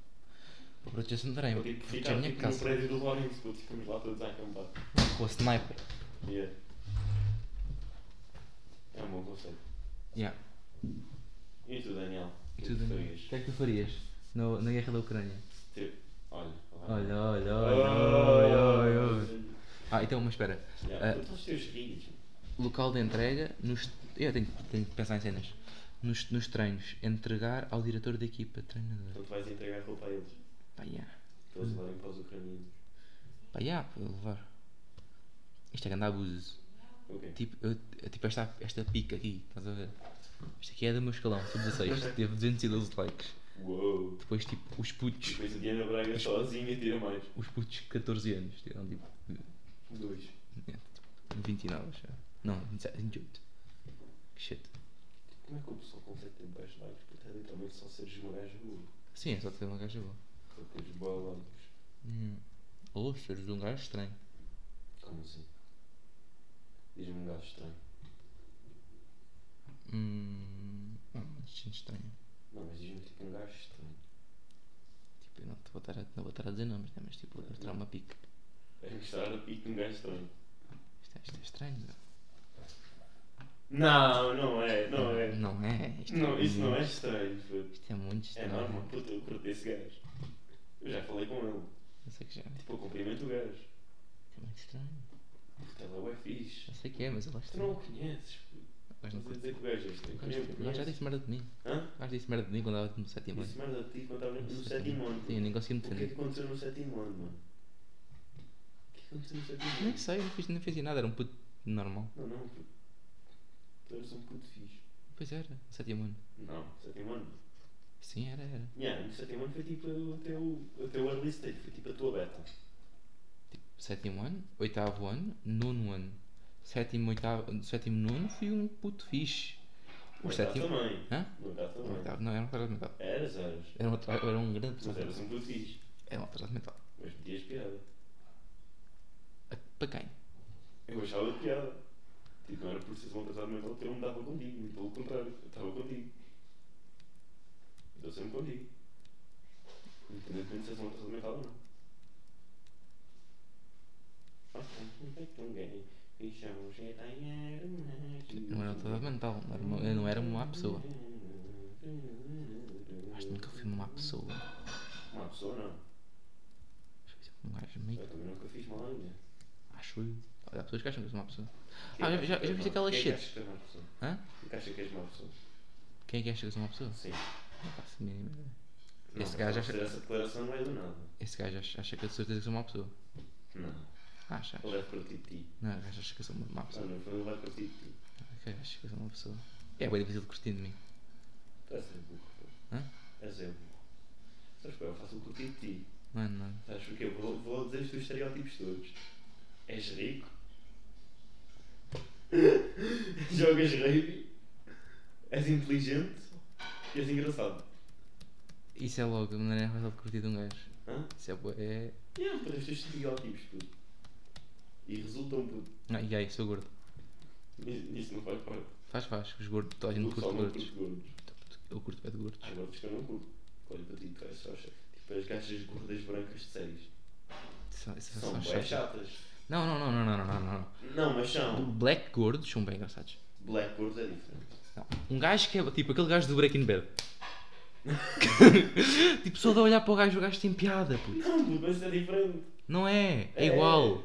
Speaker 2: Para proteger-se de trem,
Speaker 1: Eu
Speaker 2: para
Speaker 1: digo que
Speaker 2: proteger a
Speaker 1: ficava
Speaker 2: minha
Speaker 1: tipo, no
Speaker 2: casa.
Speaker 1: prédio do Lourenço, pô, ficamos lá todos a acampar.
Speaker 2: Com a sniper.
Speaker 1: Yeah. É um bom conceito.
Speaker 2: Yeah.
Speaker 1: E tu, Daniel?
Speaker 2: E
Speaker 1: O que
Speaker 2: tu,
Speaker 1: tu
Speaker 2: Daniel,
Speaker 1: farias?
Speaker 2: O que é que tu farias no- na guerra da Ucrânia?
Speaker 1: Te- Tipo, Olha, olha. Oh,
Speaker 2: Olha, olha, olha, olha, olha, olha. Ah, então, mas espera.
Speaker 1: Yeah,
Speaker 2: Ah.
Speaker 1: todos os teus rios.
Speaker 2: Local de entrega, nos... eu tenho, tenho que pensar em cenas. Nos, nos treinos, entregar ao diretor da equipa, treinador.
Speaker 1: Então tu vais entregar a culpa a eles.
Speaker 2: Pá, yeah.
Speaker 1: Para eles levarem para os ucranianos.
Speaker 2: Pá, yeah, vou levar. Isto é grande abuso.
Speaker 1: Ok.
Speaker 2: Tipo, eu, eu- tipo esta, esta pica aqui, estás a ver? Isto aqui é do meu escalão, sou 16, teve 212 likes.
Speaker 1: Uou!
Speaker 2: Depois, tipo, os putos,
Speaker 1: Depois a Diana Braga sozinha tira mais.
Speaker 2: os putos de 14 anos, tiveram tipo é,
Speaker 1: Dois.
Speaker 2: 29, já. Não, 27, 28. Que shit.
Speaker 1: Como é que o pessoal consegue ter baixos likes? Porque é literalmente só seres morais burro.
Speaker 2: Sim, é só ter uma gaja boa.
Speaker 1: Só teres boa likes.
Speaker 2: Hum. Ou seres um gajo estranho.
Speaker 1: Como assim? Diz-me um gajo estranho.
Speaker 2: Hum. Não, mas gente estranho.
Speaker 1: Não, mas diz-me tipo um gajo estranho.
Speaker 2: Tipo, eu não te vou estar a, não vou estar a dizer nomes, né? mas tipo, vou tirar uma pica.
Speaker 1: É gostar da pica de um gajo estranho.
Speaker 2: Isto é, isto é estranho, meu.
Speaker 1: Não, não é, não é.
Speaker 2: Não é. Isto
Speaker 1: Não,
Speaker 2: é
Speaker 1: isso não é
Speaker 2: muito-
Speaker 1: estranho, puto.
Speaker 2: Isto é muito
Speaker 1: É
Speaker 2: estranho.
Speaker 1: normal, puto, eu curto esse gajo. Eu já falei com ele.
Speaker 2: Eu sei que já é.
Speaker 1: Tipo, eu cumprimento o gajo.
Speaker 2: É muito estranho.
Speaker 1: Puto, ele é ué fixe.
Speaker 2: Eu sei que é, mas eu gosto
Speaker 1: Tu não o conheces, puto.
Speaker 2: Mas
Speaker 1: Estás
Speaker 2: não
Speaker 1: a
Speaker 2: curto.
Speaker 1: dizer que o gajo é estranho. Eu nem o
Speaker 2: Mas já
Speaker 1: conheço.
Speaker 2: disse merda de mim.
Speaker 1: Hã?
Speaker 2: Mas disse merda de mim quando estava no sétimo ano.
Speaker 1: Isso merda de ti quando estava no
Speaker 2: Sim,
Speaker 1: sétimo ano.
Speaker 2: Sim, eu
Speaker 1: puto.
Speaker 2: nem consegui me
Speaker 1: O que é que
Speaker 2: defender.
Speaker 1: aconteceu no sétimo ano, mano? O que é que aconteceu no sétimo
Speaker 2: Nem
Speaker 1: ano?
Speaker 2: sei, não fiz, não fiz nada, era um puto normal.
Speaker 1: Não, não, puto. Tu eras um puto fixe.
Speaker 2: Pois era, no sétimo ano.
Speaker 1: Não, sétimo ano.
Speaker 2: Sim, era, era.
Speaker 1: Yeah, no sétimo ano foi tipo o teu, o teu early stage, foi tipo a tua beta.
Speaker 2: Tipo, Sétimo ano, oitavo ano, nono ano. Sétimo, oitavo, sétimo, nono fui um puto fixe. O
Speaker 1: No
Speaker 2: sétimo.
Speaker 1: oitavo também.
Speaker 2: Hã?
Speaker 1: No oitavo
Speaker 2: O
Speaker 1: também.
Speaker 2: oitavo, não, era um atrasado mental.
Speaker 1: Eras, eras.
Speaker 2: Era um, atra- era um grande
Speaker 1: Mas
Speaker 2: atrasado
Speaker 1: eras
Speaker 2: mental.
Speaker 1: um puto fixe.
Speaker 2: Era um atrasado mental.
Speaker 1: Mas metias piada.
Speaker 2: A- Para quem?
Speaker 1: Eu achava de piada. Tipo, não era por seres um atrasado mental que eu não dava contigo. muito Pelo contrário, eu estava contigo. Eu estou sempre contigo. Independentemente de seres um atrasado mental ou não. um é
Speaker 2: Não era um atrasado mental, não era uma, eu não era uma má pessoa. Acho que nunca fui uma má pessoa.
Speaker 1: Uma pessoa não.
Speaker 2: Um gajo meio.
Speaker 1: Eu também nunca fiz mal ainda.
Speaker 2: Acho eu. Olha, há pessoas que acham que eu sou uma pessoa. Ah, já- já- já viste aquelas
Speaker 1: Quem é que
Speaker 2: shit?
Speaker 1: achas que és uma pessoa?
Speaker 2: Hã?
Speaker 1: Quem é que acha que és uma pessoa?
Speaker 2: Quem é que acha que eu sou uma pessoa?
Speaker 1: Sim.
Speaker 2: Não faço a mínima ideia.
Speaker 1: Não,
Speaker 2: Esse gajo
Speaker 1: mas
Speaker 2: acha-
Speaker 1: Essa declaração não é do nada.
Speaker 2: Esse gajo acha, acha que eu de certeza que sou uma má pessoa.
Speaker 1: Não.
Speaker 2: Acha?
Speaker 1: Ele é partir de ti.
Speaker 2: Não, o gajo acha que eu sou uma má
Speaker 1: Ah,
Speaker 2: pessoa.
Speaker 1: não, ele vai partir de ti.
Speaker 2: O gajo acha que eu sou uma pessoa. É bem difícil de curtir de mim.
Speaker 1: Tu és é burro. pô.
Speaker 2: Hã?
Speaker 1: És é burro. Sabes qual? é? Eu faço o curtir de ti.
Speaker 2: Mano, mano.
Speaker 1: Sabes porquê? Eu Vou, vou dizer os teus estereótipos todos. És rico. Jogas rave. És inteligente. E és engraçado.
Speaker 2: Isso é logo a maneira mais de curtir de um gajo.
Speaker 1: Hã?
Speaker 2: Isso é bué. É...
Speaker 1: Yeah, para os teus estereótipos, puto. E resultam, puto.
Speaker 2: Não, e aí, sou gordo.
Speaker 1: Isso isso não faz parte.
Speaker 2: Faz, faz. Os gordos, toda a gente
Speaker 1: O pessoal
Speaker 2: curte
Speaker 1: não
Speaker 2: gordos.
Speaker 1: curte gordos.
Speaker 2: Eu curto pé de gordos.
Speaker 1: Há gordos que eu não curto. Olha para ti, tu és só chato. Tipo as gajas gordas brancas de séries.
Speaker 2: São,
Speaker 1: São
Speaker 2: são, são
Speaker 1: bem
Speaker 2: chatos.
Speaker 1: chatas.
Speaker 2: é Não, não, não, não, não, não, não, não.
Speaker 1: Não, mas são.
Speaker 2: Black gordos são bem engraçados.
Speaker 1: Black gordo é diferente.
Speaker 2: Não. Um gajo que é tipo aquele gajo do Breaking Bad. tipo, só de olhar para o gajo, o gajo tem piada, puto.
Speaker 1: Não, puto, mas é diferente.
Speaker 2: Não é? É
Speaker 1: É.
Speaker 2: igual.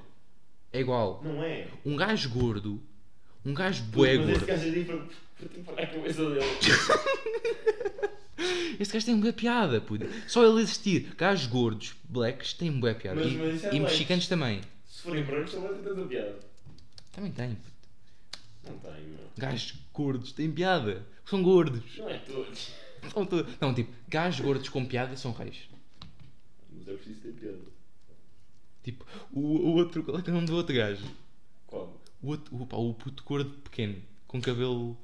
Speaker 2: É igual.
Speaker 1: Não é.
Speaker 2: Um gajo gordo. Um gajo bué
Speaker 1: mas esse
Speaker 2: gordo.
Speaker 1: gajo é diferente por ti para a cabeça dele.
Speaker 2: Este gajo tem bué piada, puto. Só ele existir. Gajos gordos, blacks, têm bué piada.
Speaker 1: Mas-
Speaker 2: e
Speaker 1: mas isso é
Speaker 2: e
Speaker 1: blacks.
Speaker 2: mexicanos também.
Speaker 1: Se forem brancos, não vai ter tanta piada.
Speaker 2: Também têm, puto.
Speaker 1: Não tem, meu.
Speaker 2: Gajos gordos têm piada. São gordos.
Speaker 1: Não é todos.
Speaker 2: São to- Não, tipo, gajos gordos com piada são reis.
Speaker 1: Mas é preciso ter piada.
Speaker 2: Tipo, o, o outro. Qual é que é o nome do outro gajo?
Speaker 1: Qual?
Speaker 2: O, outro, o, pá, o puto gordo pequeno, com cabelo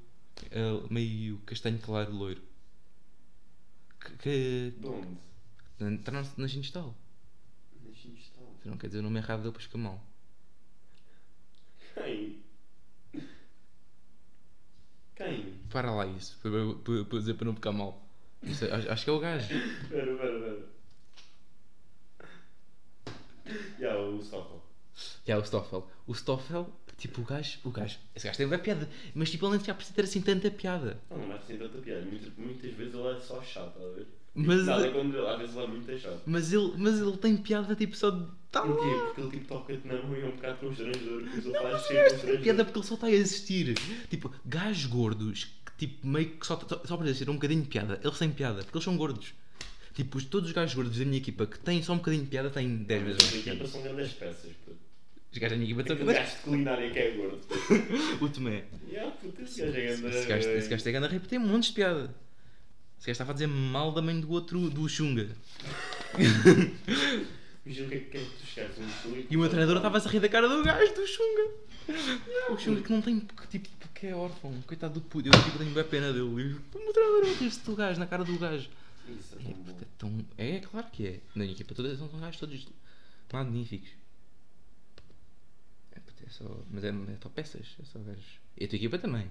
Speaker 2: eh, meio castanho claro loiro. Que- Que.
Speaker 1: De onde?
Speaker 2: Está na, na Ginestal.
Speaker 1: Deixa-me estar.
Speaker 2: Tu não quer dizer o nome errado dele para escamão.
Speaker 1: Quem? Quem?
Speaker 2: Para lá isso, para, para- para dizer para não pecar mal. Isso é- acho, acho que é o gajo.
Speaker 1: Pera, pera, pera. Já, o Stoffel.
Speaker 2: Já é o Stoffel. O Stoffel, tipo, o gajo, o gajo, esse gajo tem uma piada, mas tipo, ele nem sequer precisa ter assim tanta piada.
Speaker 1: Não, não é assim tanta piada. Muitas, muitas vezes ele é só chato, estás a ver?
Speaker 2: Mas-
Speaker 1: Nada quando ele, às vezes ele é muito chato.
Speaker 2: Mas ele, mas ele tem piada, tipo, só de. Tá lá.
Speaker 1: Porquê? Porque ele tipo toca-te na mão e é um bocado constrangedor. Porque ele faz
Speaker 2: Mas
Speaker 1: ser
Speaker 2: este tem piada
Speaker 1: constrangedor.
Speaker 2: porque ele só está a existir. Tipo, gajos gordos que tipo, meio que só, só, só para existir um bocadinho de piada, eles têm piada, porque eles são gordos. Tipo, os- todos os gajos gordos da minha equipa que têm só um bocadinho de piada têm 10 vezes mais
Speaker 1: Mas aqui
Speaker 2: piada.
Speaker 1: são grandes peças, puto.
Speaker 2: Os gajos da minha equipa
Speaker 1: Aquele
Speaker 2: são
Speaker 1: gajo de culinária que é gordo.
Speaker 2: O Tomé.
Speaker 1: Ya, puto, esse gajo é grande.
Speaker 2: Esse gajo esse gajo tem grande a repetir um monte de piada. Esse gajo estava a dizer mal da mãe do outro, do Xunga.
Speaker 1: Imagina o que é que é que tu chegares a um estúdio.
Speaker 2: E o meu treinador estava-se a rir da cara do gajo, do Xunga. O Xunga que não tem, que, tipo, que é órfão, coitado do puto. Eu tipo, tenho bem pena dele. E o meu treinador a rir-se do gajo, na cara do gajo.
Speaker 1: Isso, é
Speaker 2: É,
Speaker 1: tão bom.
Speaker 2: puto, é tão... É, claro que é. Na minha equipa toda, são, são gajos todos magníficos. É, puto, é só... Mas é, é só peças, é só gajos. E a tua equipa também.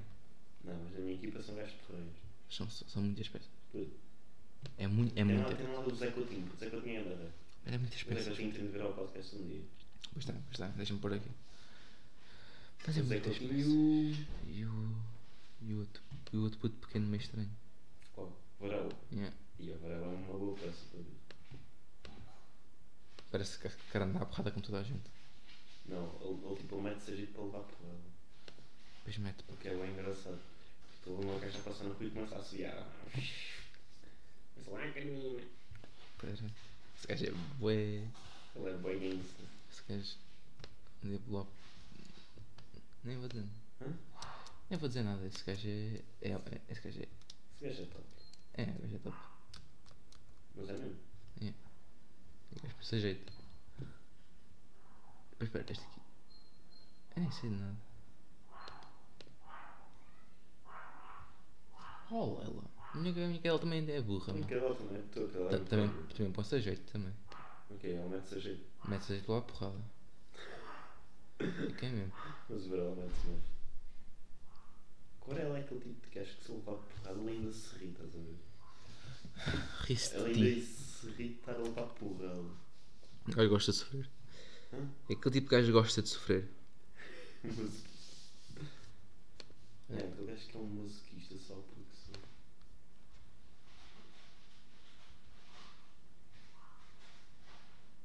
Speaker 1: Não, mas a minha equipa são gajos porreiros.
Speaker 2: São, são, são muitas peças.
Speaker 1: Puto,
Speaker 2: É, muito, é,
Speaker 1: tem
Speaker 2: muita,
Speaker 1: lá- Tem lá o Zé Coutinho. O Zé Coutinho é nada.
Speaker 2: é muitas
Speaker 1: O Zé
Speaker 2: peças.
Speaker 1: Coutinho tem de vir ao podcast um dia.
Speaker 2: Pois está, pois está. Deixa-me pôr aqui. Mas é
Speaker 1: O Zé
Speaker 2: muitas
Speaker 1: Coutinho
Speaker 2: peças.
Speaker 1: e o...
Speaker 2: E o, e o outro, e o outro puto pequeno meio estranho.
Speaker 1: Qual? Varela.
Speaker 2: Yeah.
Speaker 1: E a Varela é uma boa peça para mim.
Speaker 2: Parece que quer andar à porrada com toda a gente.
Speaker 1: Não, ele, ele tipo, ele mete-se a gente para levar porrada.
Speaker 2: Depois mete. pá.
Speaker 1: O que é bem engraçado. Tipo, uma gaja passa na rua e começa a assobiar. Mas lá, é canina.
Speaker 2: Pera. Esse gajo é bué.
Speaker 1: Ele é bem gangsta.
Speaker 2: Esse gajo. Um dia bloco. Nem vou dizer.
Speaker 1: Hã?
Speaker 2: Nem vou dizer nada. Esse gajo é. é, é esse gajo é.
Speaker 1: Esse gajo é top.
Speaker 2: É, o gajo é top.
Speaker 1: Mas é mesmo.
Speaker 2: O gajo precisa jeito. Depois espera, este aqui. Eu nem sei de nada. Oh, ela. A minha, a minha Micaela também é burra,
Speaker 1: Um
Speaker 2: mano.
Speaker 1: bocado alto, não é? Tu, aquele
Speaker 2: Ta-
Speaker 1: lado.
Speaker 2: Também, também pode ser jeito também.
Speaker 1: Ok, ele mete-se a gente.
Speaker 2: Metes aí lá a porrada. Fica mesmo.
Speaker 1: Mas o Varela mete-se mais. O Varela é aquele tipo de gajo que se levar porrada, ele ainda se ri, estás a ver?
Speaker 2: Riste
Speaker 1: Ele
Speaker 2: de
Speaker 1: ainda
Speaker 2: ti.
Speaker 1: se ri de estar a levar porrada.
Speaker 2: O gajo gosta de sofrer.
Speaker 1: Hã?
Speaker 2: É aquele tipo de gajo que gosta de sofrer.
Speaker 1: Músico. É, aquele gajo que é um musiquista só porque sim.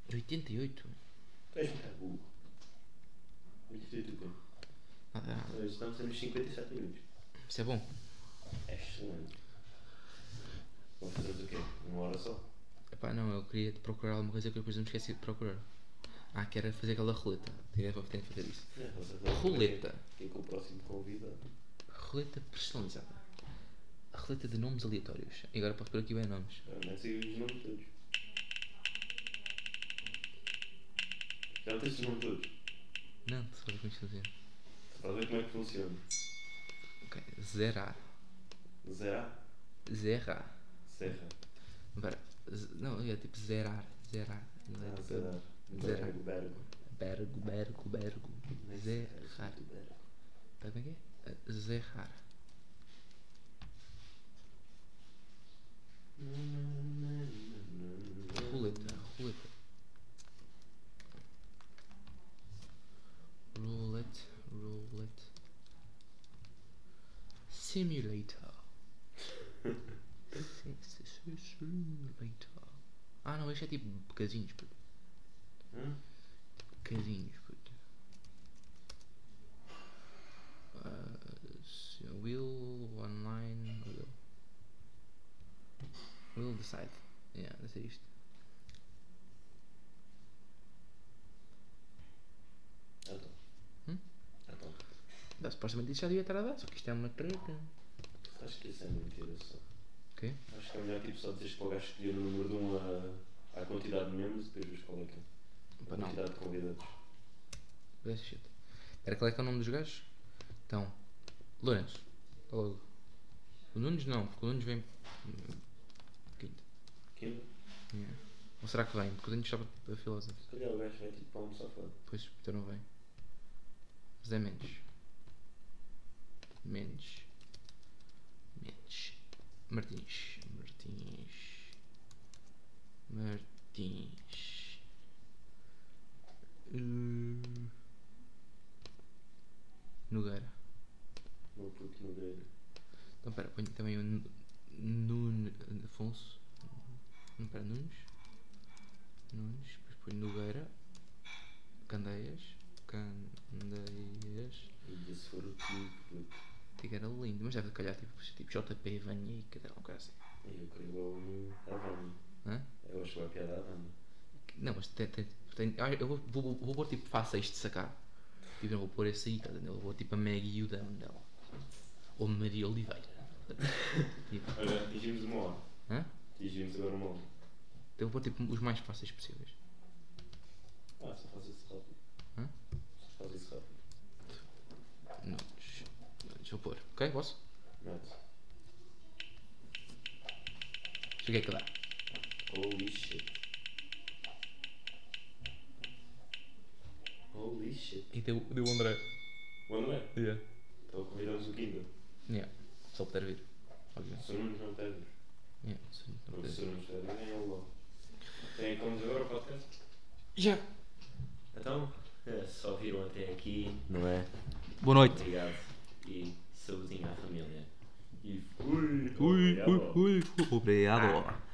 Speaker 2: É 88.
Speaker 1: Tu és um bocado burro. Muito dito tempo.
Speaker 2: Nada, nada.
Speaker 1: Hoje estamos temos 57 minutos.
Speaker 2: Ah, Isso é bom.
Speaker 1: É excelente. Vamos fazer o quê? Uma hora só?
Speaker 2: Epá, não, eu queria procurar alguma coisa que eu depois me esqueci de procurar. Ah, que era fazer aquela roleta. Tinha que tenho que fazer isso.
Speaker 1: É, vamos fazer
Speaker 2: Roleta.
Speaker 1: Quem que é o próximo convidado?
Speaker 2: Roleta personalizada. A roleta de nomes aleatórios. E agora posso pôr aqui bem nomes.
Speaker 1: Ah, Não sei os nomes todos. Já tens os nomes todos.
Speaker 2: Não, só para como isto fazer.
Speaker 1: Para ver como é que funciona.
Speaker 2: Ok, zerar.
Speaker 1: Zerá?
Speaker 2: Zerar.
Speaker 1: Serra.
Speaker 2: Pera, z- não, é tipo zerar, zerar. Não é
Speaker 1: Ah,
Speaker 2: tipo
Speaker 1: Zerá.
Speaker 2: Zerá.
Speaker 1: Bergo, Bergo.
Speaker 2: bergo, bergo, bergo.
Speaker 1: Nem sei se é isso,
Speaker 2: Zerar.
Speaker 1: Bergo.
Speaker 2: Sabe como é que é? Ah, Zerar. Roleta, roleta. Roulette, roulette. Simulator. Sim, sim, sim, Simulator. Ah não, este é tipo casinhos, puto.
Speaker 1: Hã?
Speaker 2: Casinhos, puto. Ah, se- will online. Will. Will decide. Yeah, deve ser isto.
Speaker 1: Então.
Speaker 2: Hum?
Speaker 1: Então.
Speaker 2: Dá, supostamente isto já devia estar a dar, só que isto é uma treta.
Speaker 1: Acho que isso é mentira só.
Speaker 2: Ok?
Speaker 1: Acho que é melhor tipo só dizeres para o gajo escolher o número de um à, à quantidade de membros e depois vês qual é que é.
Speaker 2: Pá,
Speaker 1: A
Speaker 2: não.
Speaker 1: quantidade de convidados.
Speaker 2: Desse jeito. Era qual é que é o nome dos gajos? Então, Lourenço. Tá Logo. O Nunes não, porque o Nunes vem. Quinto.
Speaker 1: Quem?
Speaker 2: Yeah. Ou será que vem? Porque o Nunes estava a filósofo.
Speaker 1: Se calhar o gajo vai tipo para almoçar fora.
Speaker 2: Depois o Peter então não vem. é Zé Mendes. Mendes. Mendes. Martins. Martins. Martins. Hum. Nogueira.
Speaker 1: Não porque não deu.
Speaker 2: Então, pera, ponho também o Nu- Nuno Afonso. Não, pera, Nunes. Nunes, depois ponho Nogueira. Candeias. Candeias.
Speaker 1: E se for o tipo,
Speaker 2: Tiga era lindo, mas deve calhar tipo, tipo JP, Vani, que era um cara assim.
Speaker 1: eu creio que é o Avani.
Speaker 2: Hã? Não, mas tem, tem, tem- ah, eu vou, vou, vou pôr tipo faça isto de sacar. Tipo, eu vou pôr esse aí, tá a entender? Eu vou tipo a Maggie Udam dela. Ou Maria Oliveira. tipo,
Speaker 1: Olha, atingimos uma hora.
Speaker 2: hã? Então,
Speaker 1: Atingimos agora uma hora.
Speaker 2: Eu vou pôr tipo os mais fáceis possíveis.
Speaker 1: Ah, só faz isso rápido.
Speaker 2: Hã?
Speaker 1: Só faz isso rápido.
Speaker 2: Não, deixa, deixa eu pôr, ok? Posso?
Speaker 1: Mete.
Speaker 2: Deixa eu ver o que é que dá.
Speaker 1: Holy shit. Holy shit.
Speaker 2: E deu, deu o André.
Speaker 1: O André.
Speaker 3: é?
Speaker 2: Yeah.
Speaker 1: Então convidamos o Kinder.
Speaker 2: Yeah. Só puder vir. Obviamente.
Speaker 1: Se o Nunes não teve.
Speaker 2: Yeah. Sim, não
Speaker 1: Porque
Speaker 2: puder
Speaker 1: se
Speaker 2: vir.
Speaker 1: o Nunes teve, nem ele logo. Tem como dizer agora o podcast?
Speaker 2: Yeah.
Speaker 3: Então, é, só viram até aqui, não é?
Speaker 2: Boa noite.
Speaker 3: Obrigado. E saúdezinho à família. E fui.
Speaker 2: Ui, ui, ui, ui. Obrigado.